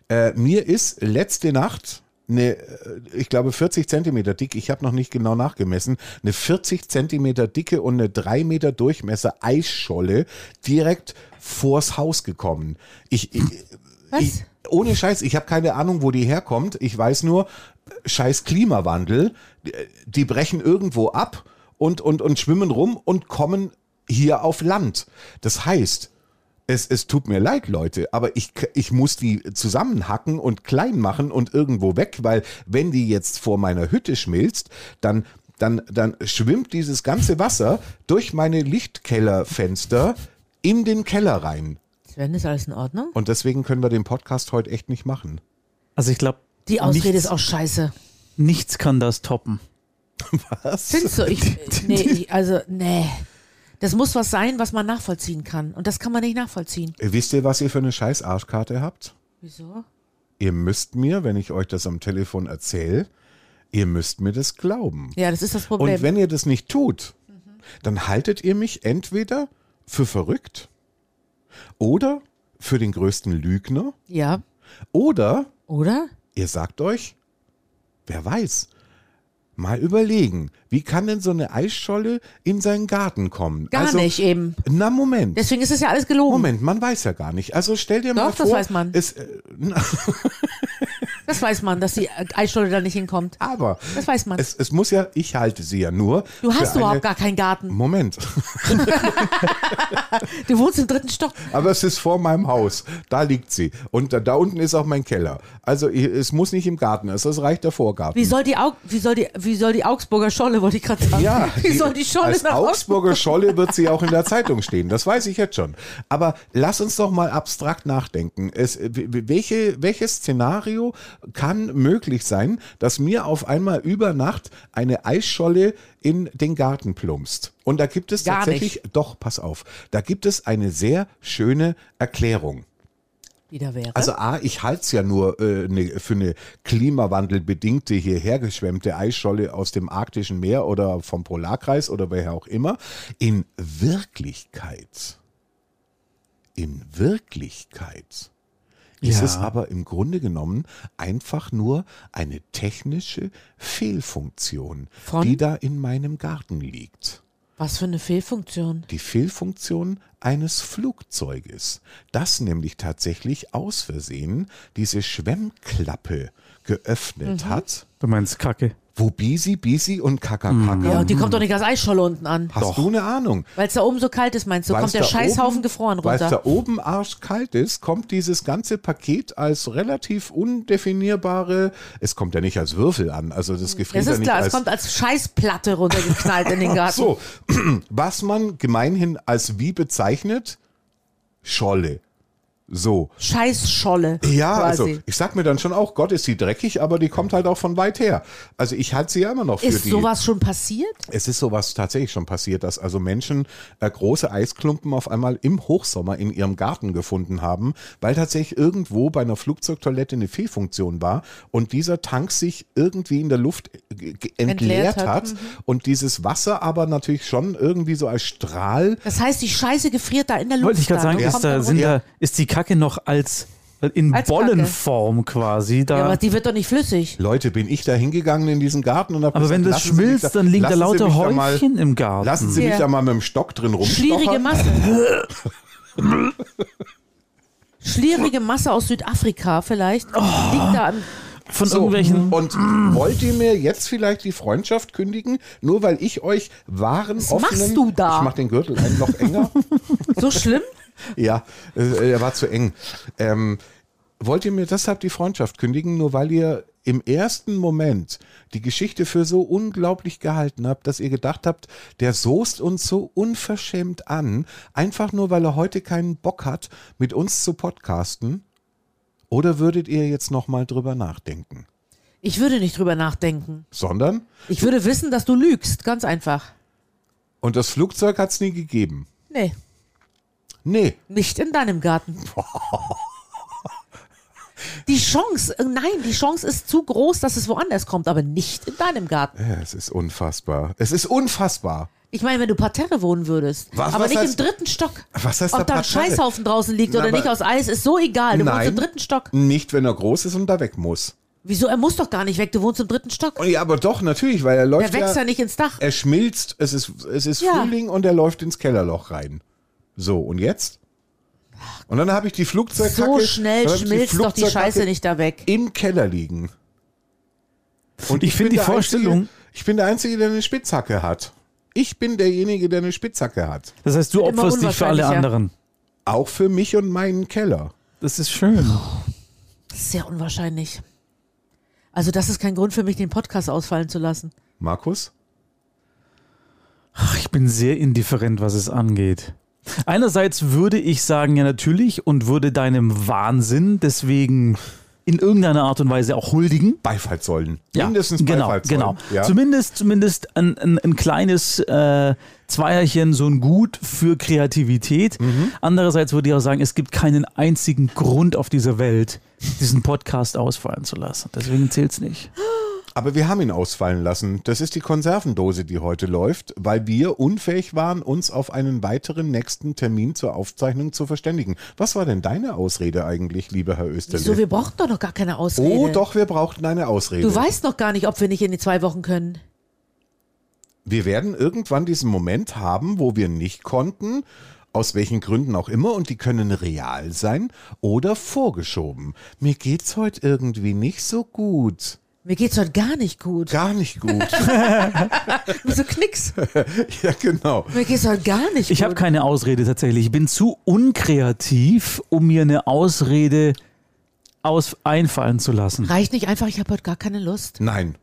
[SPEAKER 2] äh, mir ist letzte Nacht eine, äh, ich glaube 40 Zentimeter dick, ich habe noch nicht genau nachgemessen, eine 40 Zentimeter dicke und eine 3 Meter Durchmesser Eisscholle direkt vors Haus gekommen. Ich, ich,
[SPEAKER 4] Was?
[SPEAKER 2] ich ohne Scheiß, ich habe keine Ahnung, wo die herkommt. Ich weiß nur, äh, scheiß Klimawandel, äh, die brechen irgendwo ab und, und, und schwimmen rum und kommen hier auf Land. Das heißt, es, es tut mir leid, Leute, aber ich, k- ich muss die zusammenhacken und klein machen und irgendwo weg, weil wenn die jetzt vor meiner Hütte schmilzt, dann, dann, dann schwimmt dieses ganze Wasser durch meine Lichtkellerfenster in den Keller rein.
[SPEAKER 4] Sven, ist alles in Ordnung?
[SPEAKER 2] Und deswegen können wir den Podcast heute echt nicht machen.
[SPEAKER 3] Also ich glaube,
[SPEAKER 4] Die Ausrede
[SPEAKER 3] nichts,
[SPEAKER 4] ist auch scheiße.
[SPEAKER 3] nichts kann das toppen.
[SPEAKER 2] Äh,
[SPEAKER 4] Findest du? Ich, nee, ich, also, nee. Das muss was sein, was man nachvollziehen kann. Und das kann man nicht nachvollziehen.
[SPEAKER 2] Wisst ihr, was ihr für eine scheiß Arschkarte habt?
[SPEAKER 4] Wieso?
[SPEAKER 2] Ihr müsst mir, wenn ich euch das am Telefon erzähle, ihr müsst mir das glauben.
[SPEAKER 4] Ja, das ist das Problem.
[SPEAKER 2] Und wenn ihr das nicht tut, dann haltet ihr mich entweder für verrückt oder für den größten Lügner
[SPEAKER 4] ja,
[SPEAKER 2] oder
[SPEAKER 4] oder?
[SPEAKER 2] ihr sagt euch, wer weiß, mal überlegen, wie kann denn so eine Eisscholle in seinen Garten kommen?
[SPEAKER 4] Gar
[SPEAKER 2] also,
[SPEAKER 4] nicht eben.
[SPEAKER 2] Na Moment.
[SPEAKER 4] Deswegen ist es ja alles gelogen.
[SPEAKER 2] Moment, man weiß ja gar nicht. Also stell dir mal
[SPEAKER 4] Hm. Doch,
[SPEAKER 2] vor,
[SPEAKER 4] das weiß man.
[SPEAKER 2] Es, äh,
[SPEAKER 4] Das weiß man, dass die Eisscholle da nicht hinkommt.
[SPEAKER 2] aber
[SPEAKER 4] Das weiß man.
[SPEAKER 2] es, es muss ja, ich halte sie ja nur.
[SPEAKER 4] Du hast
[SPEAKER 2] für eine,
[SPEAKER 4] überhaupt gar keinen Garten.
[SPEAKER 2] Moment, *laughs*
[SPEAKER 4] Du wohnst im dritten Stock.
[SPEAKER 2] aber es ist vor meinem Haus. Da liegt sie. Und da, da unten ist auch mein Keller. Also i- es muss nicht im Garten, es es reicht der Vorgarten.
[SPEAKER 4] Wie soll die, Aug wie soll die, wie soll die Augsburger Scholle, wollte ich gerade sagen.
[SPEAKER 2] Ja,
[SPEAKER 4] wie soll die Scholle
[SPEAKER 2] als
[SPEAKER 4] nach Augsburg?
[SPEAKER 2] Augsburger Scholle wird sie auch
[SPEAKER 4] *laughs*
[SPEAKER 2] in der Zeitung stehen. Das weiß ich jetzt schon. Aber lass uns doch mal abstrakt nachdenken. Es, w- w- welche, welches Szenario kann möglich sein, dass mir auf einmal über Nacht eine Eisscholle in den Garten plumpst? Und da gibt es
[SPEAKER 4] Gar
[SPEAKER 2] tatsächlich, doch, pass auf, da gibt es eine sehr schöne Erklärung.
[SPEAKER 4] Wieder wäre.
[SPEAKER 2] Also A, ich halte es ja nur äh, ne, für eine klimawandelbedingte hierher geschwemmte Eisscholle aus dem arktischen Meer oder vom Polarkreis oder woher auch immer. In Wirklichkeit, in Wirklichkeit ist
[SPEAKER 3] Ja.
[SPEAKER 2] es aber im Grunde genommen einfach nur eine technische Fehlfunktion,
[SPEAKER 4] Von?
[SPEAKER 2] die da in meinem Garten liegt
[SPEAKER 4] Was für eine Fehlfunktion.
[SPEAKER 2] die Fehlfunktion eines Flugzeuges, das nämlich tatsächlich aus Versehen diese Schwemmklappe geöffnet
[SPEAKER 4] Mhm.
[SPEAKER 2] hat,
[SPEAKER 3] Du meinst Kacke.
[SPEAKER 2] wo Bisi, Bisi und Kaka, Kaka.
[SPEAKER 4] Mhm. Ja, und die kommt doch nicht aus Eisscholle unten an.
[SPEAKER 2] Hast du eine Ahnung?
[SPEAKER 4] Weil es da oben so kalt ist, meinst du?
[SPEAKER 2] Weil's
[SPEAKER 4] Kommt der
[SPEAKER 2] da
[SPEAKER 4] Scheißhaufen
[SPEAKER 2] oben-
[SPEAKER 4] gefroren
[SPEAKER 2] weil's
[SPEAKER 4] runter.
[SPEAKER 2] da oben arschkalt ist, kommt dieses ganze Paket als relativ undefinierbare, es kommt ja nicht als Würfel an, also das gefriert
[SPEAKER 4] Mhm. Das
[SPEAKER 2] ja
[SPEAKER 4] ist
[SPEAKER 2] nicht
[SPEAKER 4] klar,
[SPEAKER 2] als
[SPEAKER 4] es kommt als Scheißplatte
[SPEAKER 2] *laughs*
[SPEAKER 4] runtergeknallt in den Garten.
[SPEAKER 2] So, *clears throat* was man gemeinhin als wie bezeichnet? Scholle. So.
[SPEAKER 4] Scheißscholle.
[SPEAKER 2] Ja,
[SPEAKER 4] quasi.
[SPEAKER 2] also ich sag mir dann schon auch, Gott ist sie dreckig, aber die kommt halt auch von weit her. Also ich halte sie ja immer noch für
[SPEAKER 4] Ist
[SPEAKER 2] die.
[SPEAKER 4] sowas schon passiert?
[SPEAKER 2] es ist sowas tatsächlich schon passiert, dass also Menschen äh, große Eisklumpen auf einmal im Hochsommer in ihrem Garten gefunden haben, weil tatsächlich irgendwo bei einer Flugzeugtoilette eine Fehlfunktion war und dieser Tank sich irgendwie in der Luft äh, ge- ge- entleert
[SPEAKER 4] Entleert
[SPEAKER 2] hat,
[SPEAKER 4] hat, Mhm.
[SPEAKER 2] und dieses Wasser aber natürlich schon irgendwie so als Strahl
[SPEAKER 4] Das heißt, die Scheiße gefriert da in der Luft.
[SPEAKER 3] Wollte ich gerade
[SPEAKER 4] dann
[SPEAKER 3] sagen,
[SPEAKER 4] und
[SPEAKER 3] ist,
[SPEAKER 4] kommt
[SPEAKER 3] da,
[SPEAKER 4] dann
[SPEAKER 3] sind
[SPEAKER 4] runter.
[SPEAKER 3] da, ist die Kacke noch als in
[SPEAKER 4] Als Kacke.
[SPEAKER 3] Bollenform quasi da.
[SPEAKER 4] ja, aber die wird doch nicht flüssig.
[SPEAKER 2] Leute, bin ich da hingegangen in diesen Garten und hab
[SPEAKER 3] Aber wenn das
[SPEAKER 2] lassen Sie mich
[SPEAKER 3] schmilzt, dann liegen da
[SPEAKER 2] lassen Sie
[SPEAKER 3] lauter
[SPEAKER 2] mich da mal-
[SPEAKER 3] Häufchen im Garten.
[SPEAKER 2] Lassen Sie mich
[SPEAKER 4] Ja.
[SPEAKER 2] da mal mit dem Stock drin
[SPEAKER 4] Schlierige
[SPEAKER 2] rumstochern.
[SPEAKER 4] Masse.
[SPEAKER 3] *laughs*
[SPEAKER 4] Schlierige Masse aus Südafrika vielleicht.
[SPEAKER 3] Oh.
[SPEAKER 4] Liegt da am,
[SPEAKER 3] Von
[SPEAKER 2] So,
[SPEAKER 4] Mhm.
[SPEAKER 3] irgendwelchen.
[SPEAKER 2] und wollt ihr mir jetzt vielleicht die Freundschaft kündigen, nur weil ich euch wahren
[SPEAKER 4] machst du da?
[SPEAKER 3] *laughs*
[SPEAKER 2] Ich mach den Gürtel ein noch enger.
[SPEAKER 4] so schlimm?
[SPEAKER 2] Ja, äh, er war zu eng. Ähm, wollt ihr mir deshalb die Freundschaft kündigen, nur weil ihr im ersten Moment die Geschichte für so unglaublich gehalten habt, dass ihr gedacht habt, der soßt uns so unverschämt an, einfach nur weil er heute keinen Bock hat, mit uns zu podcasten? Oder würdet ihr jetzt nochmal drüber nachdenken?
[SPEAKER 4] Ich würde nicht drüber nachdenken.
[SPEAKER 2] Sondern?
[SPEAKER 4] Ich würde wissen, dass du lügst, ganz einfach.
[SPEAKER 2] Und das Flugzeug hat's nie gegeben.
[SPEAKER 4] Nee,
[SPEAKER 2] Nee,
[SPEAKER 4] nicht in deinem
[SPEAKER 3] *laughs*
[SPEAKER 4] Garten. Die Chance, äh, nein, die Chance ist zu groß, dass es woanders kommt, aber nicht in deinem Garten.
[SPEAKER 2] Ja, es ist unfassbar. Es ist unfassbar.
[SPEAKER 4] Ich meine, wenn du Parterre wohnen würdest,
[SPEAKER 2] Was-
[SPEAKER 4] aber
[SPEAKER 2] was
[SPEAKER 4] nicht im
[SPEAKER 2] heißt-
[SPEAKER 4] dritten Stock.
[SPEAKER 2] Was heißt da
[SPEAKER 4] Ob da ein
[SPEAKER 2] Parterre?
[SPEAKER 4] Scheißhaufen draußen liegt
[SPEAKER 2] Na,
[SPEAKER 4] oder
[SPEAKER 2] aber-
[SPEAKER 4] nicht aus Eis, ist so egal. Du wohnst
[SPEAKER 2] Nein.
[SPEAKER 4] im dritten Stock.
[SPEAKER 2] Nicht, wenn er groß ist und da weg muss.
[SPEAKER 4] Wieso? Er muss doch gar nicht weg. Du wohnst im dritten Stock.
[SPEAKER 2] Oh Ja, aber doch, natürlich, weil er läuft.
[SPEAKER 4] Der wächst
[SPEAKER 2] ja,
[SPEAKER 4] ja nicht ins Dach.
[SPEAKER 2] Er schmilzt, es ist, es ist
[SPEAKER 4] Ja.
[SPEAKER 2] Frühling und er läuft ins Kellerloch rein. So, und jetzt? Und dann habe ich die Flugzeugkacke.
[SPEAKER 4] So schnell
[SPEAKER 2] dann hab ich
[SPEAKER 4] schmilzt doch die
[SPEAKER 2] Flugzeugkacke
[SPEAKER 4] Scheiße nicht da weg.
[SPEAKER 2] Im Keller liegen. Und
[SPEAKER 3] Ich find
[SPEAKER 2] bin
[SPEAKER 3] die
[SPEAKER 2] der
[SPEAKER 3] Vorstellung-
[SPEAKER 2] Einzige, ich bin der Einzige, der eine Spitzhacke hat. Ich bin derjenige, der eine Spitzhacke hat.
[SPEAKER 3] Das heißt, du
[SPEAKER 4] Immer
[SPEAKER 3] opferst dich für alle
[SPEAKER 4] unwahrscheinlicher.
[SPEAKER 3] anderen.
[SPEAKER 2] Auch für mich und meinen Keller.
[SPEAKER 3] Das ist schön.
[SPEAKER 4] Das ist sehr unwahrscheinlich. Also das ist kein Grund für mich, den Podcast ausfallen zu lassen.
[SPEAKER 2] Markus?
[SPEAKER 3] Ach, ich bin sehr indifferent, was es angeht. Einerseits würde ich sagen, ja natürlich, und würde deinem Wahnsinn deswegen in irgendeiner Art und Weise auch huldigen.
[SPEAKER 2] Beifall sollen.
[SPEAKER 3] Ja,
[SPEAKER 2] Mindestens
[SPEAKER 3] genau,
[SPEAKER 2] Beifall sollen.
[SPEAKER 3] genau.
[SPEAKER 2] Ja.
[SPEAKER 3] Zumindest, zumindest ein, ein, ein kleines äh, Zweierchen, so ein Gut für Kreativität.
[SPEAKER 2] Mhm.
[SPEAKER 3] Andererseits würde ich auch sagen, es gibt keinen einzigen Grund auf dieser Welt, diesen Podcast ausfallen zu lassen. Deswegen zählt es nicht.
[SPEAKER 2] Aber wir haben ihn ausfallen lassen. Das ist die Konservendose, die heute läuft, weil wir unfähig waren, uns auf einen weiteren nächsten Termin zur Aufzeichnung zu verständigen. Was war denn deine Ausrede eigentlich, lieber Herr
[SPEAKER 4] Wieso?
[SPEAKER 2] Österle?
[SPEAKER 4] Wir brauchten doch noch gar keine Ausrede.
[SPEAKER 2] Oh, doch, wir brauchten eine Ausrede.
[SPEAKER 4] Du weißt noch gar nicht, ob wir nicht in die zwei Wochen können.
[SPEAKER 2] wir werden irgendwann diesen Moment haben, wo wir nicht konnten, aus welchen Gründen auch immer, und die können real sein oder vorgeschoben. Mir geht's heute irgendwie nicht so gut.
[SPEAKER 4] Mir geht's heute gar nicht gut. *laughs*
[SPEAKER 2] Gar nicht gut.
[SPEAKER 4] Wieso knicks?
[SPEAKER 2] ja, genau.
[SPEAKER 4] Mir geht's heute gar nicht
[SPEAKER 3] Ich
[SPEAKER 4] gut.
[SPEAKER 3] habe keine Ausrede tatsächlich. Ich bin zu unkreativ, um mir eine Ausrede aus einfallen zu lassen.
[SPEAKER 4] Reicht nicht einfach, ich habe heute gar keine Lust.
[SPEAKER 2] Nein.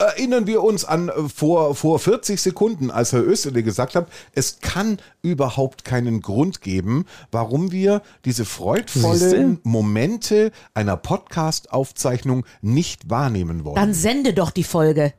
[SPEAKER 2] Erinnern wir uns an äh, vor, vor 40 Sekunden, als Herr Österle gesagt hat, es kann überhaupt keinen Grund geben, warum wir diese freudvollen
[SPEAKER 3] Siehste?
[SPEAKER 2] Momente einer Podcast-Aufzeichnung nicht wahrnehmen wollen.
[SPEAKER 4] Dann sende doch die Folge.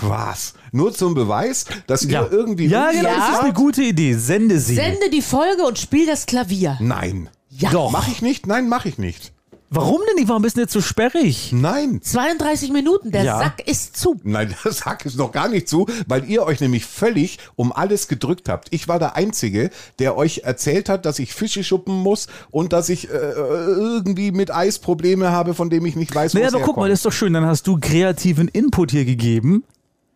[SPEAKER 2] Was? Nur zum Beweis, dass ihr irgendwie.
[SPEAKER 3] ja, genau,
[SPEAKER 4] Ja.
[SPEAKER 3] das ist eine gute Idee. Sende sie.
[SPEAKER 4] Sende die Folge und spiel das Klavier.
[SPEAKER 2] Nein.
[SPEAKER 4] Ja.
[SPEAKER 3] Doch.
[SPEAKER 2] Mach ich nicht? Nein, mach ich nicht.
[SPEAKER 3] Warum denn nicht? Warum bist du jetzt so sperrig?
[SPEAKER 2] Nein.
[SPEAKER 4] 32 Minuten, der
[SPEAKER 3] Ja.
[SPEAKER 4] Sack ist zu.
[SPEAKER 2] Nein, *laughs* das Hack ist noch gar nicht zu, weil ihr euch nämlich völlig um alles gedrückt habt. Ich war der Einzige, der euch erzählt hat, dass ich Fische schuppen muss und dass ich äh, irgendwie mit Eis Probleme habe, von dem ich nicht weiß, wo
[SPEAKER 3] Naja,
[SPEAKER 2] es
[SPEAKER 3] aber guck mal, das ist doch schön. Dann hast du kreativen Input hier gegeben.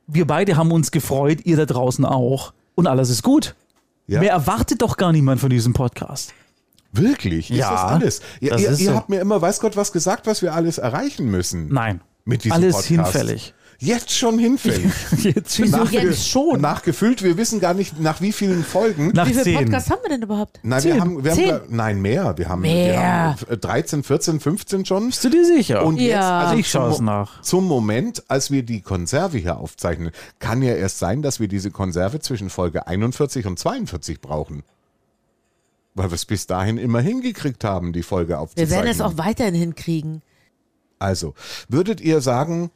[SPEAKER 3] Wir beide haben uns gefreut, ihr da draußen auch. Und alles ist gut.
[SPEAKER 2] Ja.
[SPEAKER 3] Mehr erwartet doch gar niemand von diesem Podcast.
[SPEAKER 2] Wirklich? Ist
[SPEAKER 3] Ja,
[SPEAKER 2] das alles? Ihr,
[SPEAKER 3] das
[SPEAKER 2] ihr,
[SPEAKER 3] ist
[SPEAKER 2] ihr
[SPEAKER 3] so.
[SPEAKER 2] habt mir immer, weiß Gott, was gesagt, was wir alles erreichen müssen.
[SPEAKER 3] Nein.
[SPEAKER 2] Mit diesem
[SPEAKER 3] alles
[SPEAKER 2] Podcast.
[SPEAKER 3] hinfällig.
[SPEAKER 2] Jetzt schon hinfällig.
[SPEAKER 3] *laughs* Jetzt
[SPEAKER 4] Wieso
[SPEAKER 2] Nachge-
[SPEAKER 4] jetzt schon?
[SPEAKER 2] Nachgefüllt, wir wissen gar nicht, nach wie vielen Folgen.
[SPEAKER 3] nach
[SPEAKER 4] Wie viele
[SPEAKER 3] zehn.
[SPEAKER 4] Podcasts haben wir denn überhaupt?
[SPEAKER 2] Nein,
[SPEAKER 3] Zehn.
[SPEAKER 2] wir haben, wir haben
[SPEAKER 4] Zehn.
[SPEAKER 2] glaub- nein, mehr. Wir haben, Wir
[SPEAKER 4] Mehr.
[SPEAKER 2] haben äh, 13, 14, 15 schon.
[SPEAKER 3] Bist du dir sicher?
[SPEAKER 2] Und jetzt,
[SPEAKER 4] Ja.
[SPEAKER 2] also
[SPEAKER 3] Ich
[SPEAKER 2] zum
[SPEAKER 3] schau's
[SPEAKER 2] Mo-
[SPEAKER 3] nach.
[SPEAKER 2] Zum Moment, als wir die Konserve hier aufzeichnen, kann ja erst sein, dass wir diese Konserve zwischen Folge 41 und 42 brauchen. Weil wir es bis dahin immer hingekriegt haben, die Folge
[SPEAKER 4] Wir
[SPEAKER 2] aufzuzeichnen.
[SPEAKER 4] werden es auch weiterhin hinkriegen.
[SPEAKER 2] Also, würdet ihr sagen,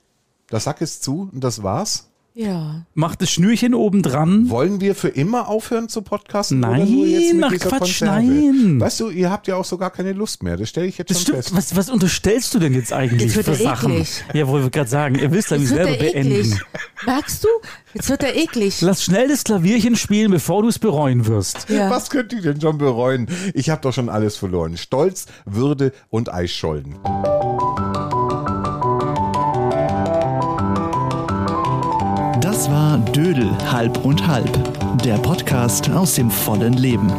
[SPEAKER 2] der Sack ist zu und das war's?
[SPEAKER 4] Ja.
[SPEAKER 3] Macht das Schnürchen oben dran.
[SPEAKER 2] Wollen wir für immer aufhören zu podcasten? oder
[SPEAKER 3] Nein,
[SPEAKER 2] nur jetzt mit
[SPEAKER 3] ach
[SPEAKER 2] dieser
[SPEAKER 3] Quatsch,
[SPEAKER 2] Konserve?
[SPEAKER 3] nein.
[SPEAKER 2] Weißt du, ihr habt ja auch so gar keine Lust mehr. Das stelle ich jetzt
[SPEAKER 3] Das
[SPEAKER 2] schon
[SPEAKER 3] stimmt.
[SPEAKER 2] fest.
[SPEAKER 3] Was, was unterstellst du denn jetzt eigentlich
[SPEAKER 4] Jetzt wird
[SPEAKER 3] für
[SPEAKER 4] er
[SPEAKER 3] Sachen?
[SPEAKER 4] eklig.
[SPEAKER 3] Ja, wollte ich gerade sagen. Ihr wisst ja, wie
[SPEAKER 4] Jetzt wird
[SPEAKER 3] selber
[SPEAKER 4] er eklig.
[SPEAKER 3] beenden.
[SPEAKER 4] Merkst du? Jetzt wird er eklig.
[SPEAKER 3] *laughs* Lass schnell das Klavierchen spielen, bevor du es bereuen wirst.
[SPEAKER 4] Ja.
[SPEAKER 2] Was könnt ihr denn schon bereuen? Ich habe doch schon alles verloren. Stolz, Würde und Eisschollen.
[SPEAKER 1] Das war Dödel halb und halb, der Podcast aus dem vollen Leben.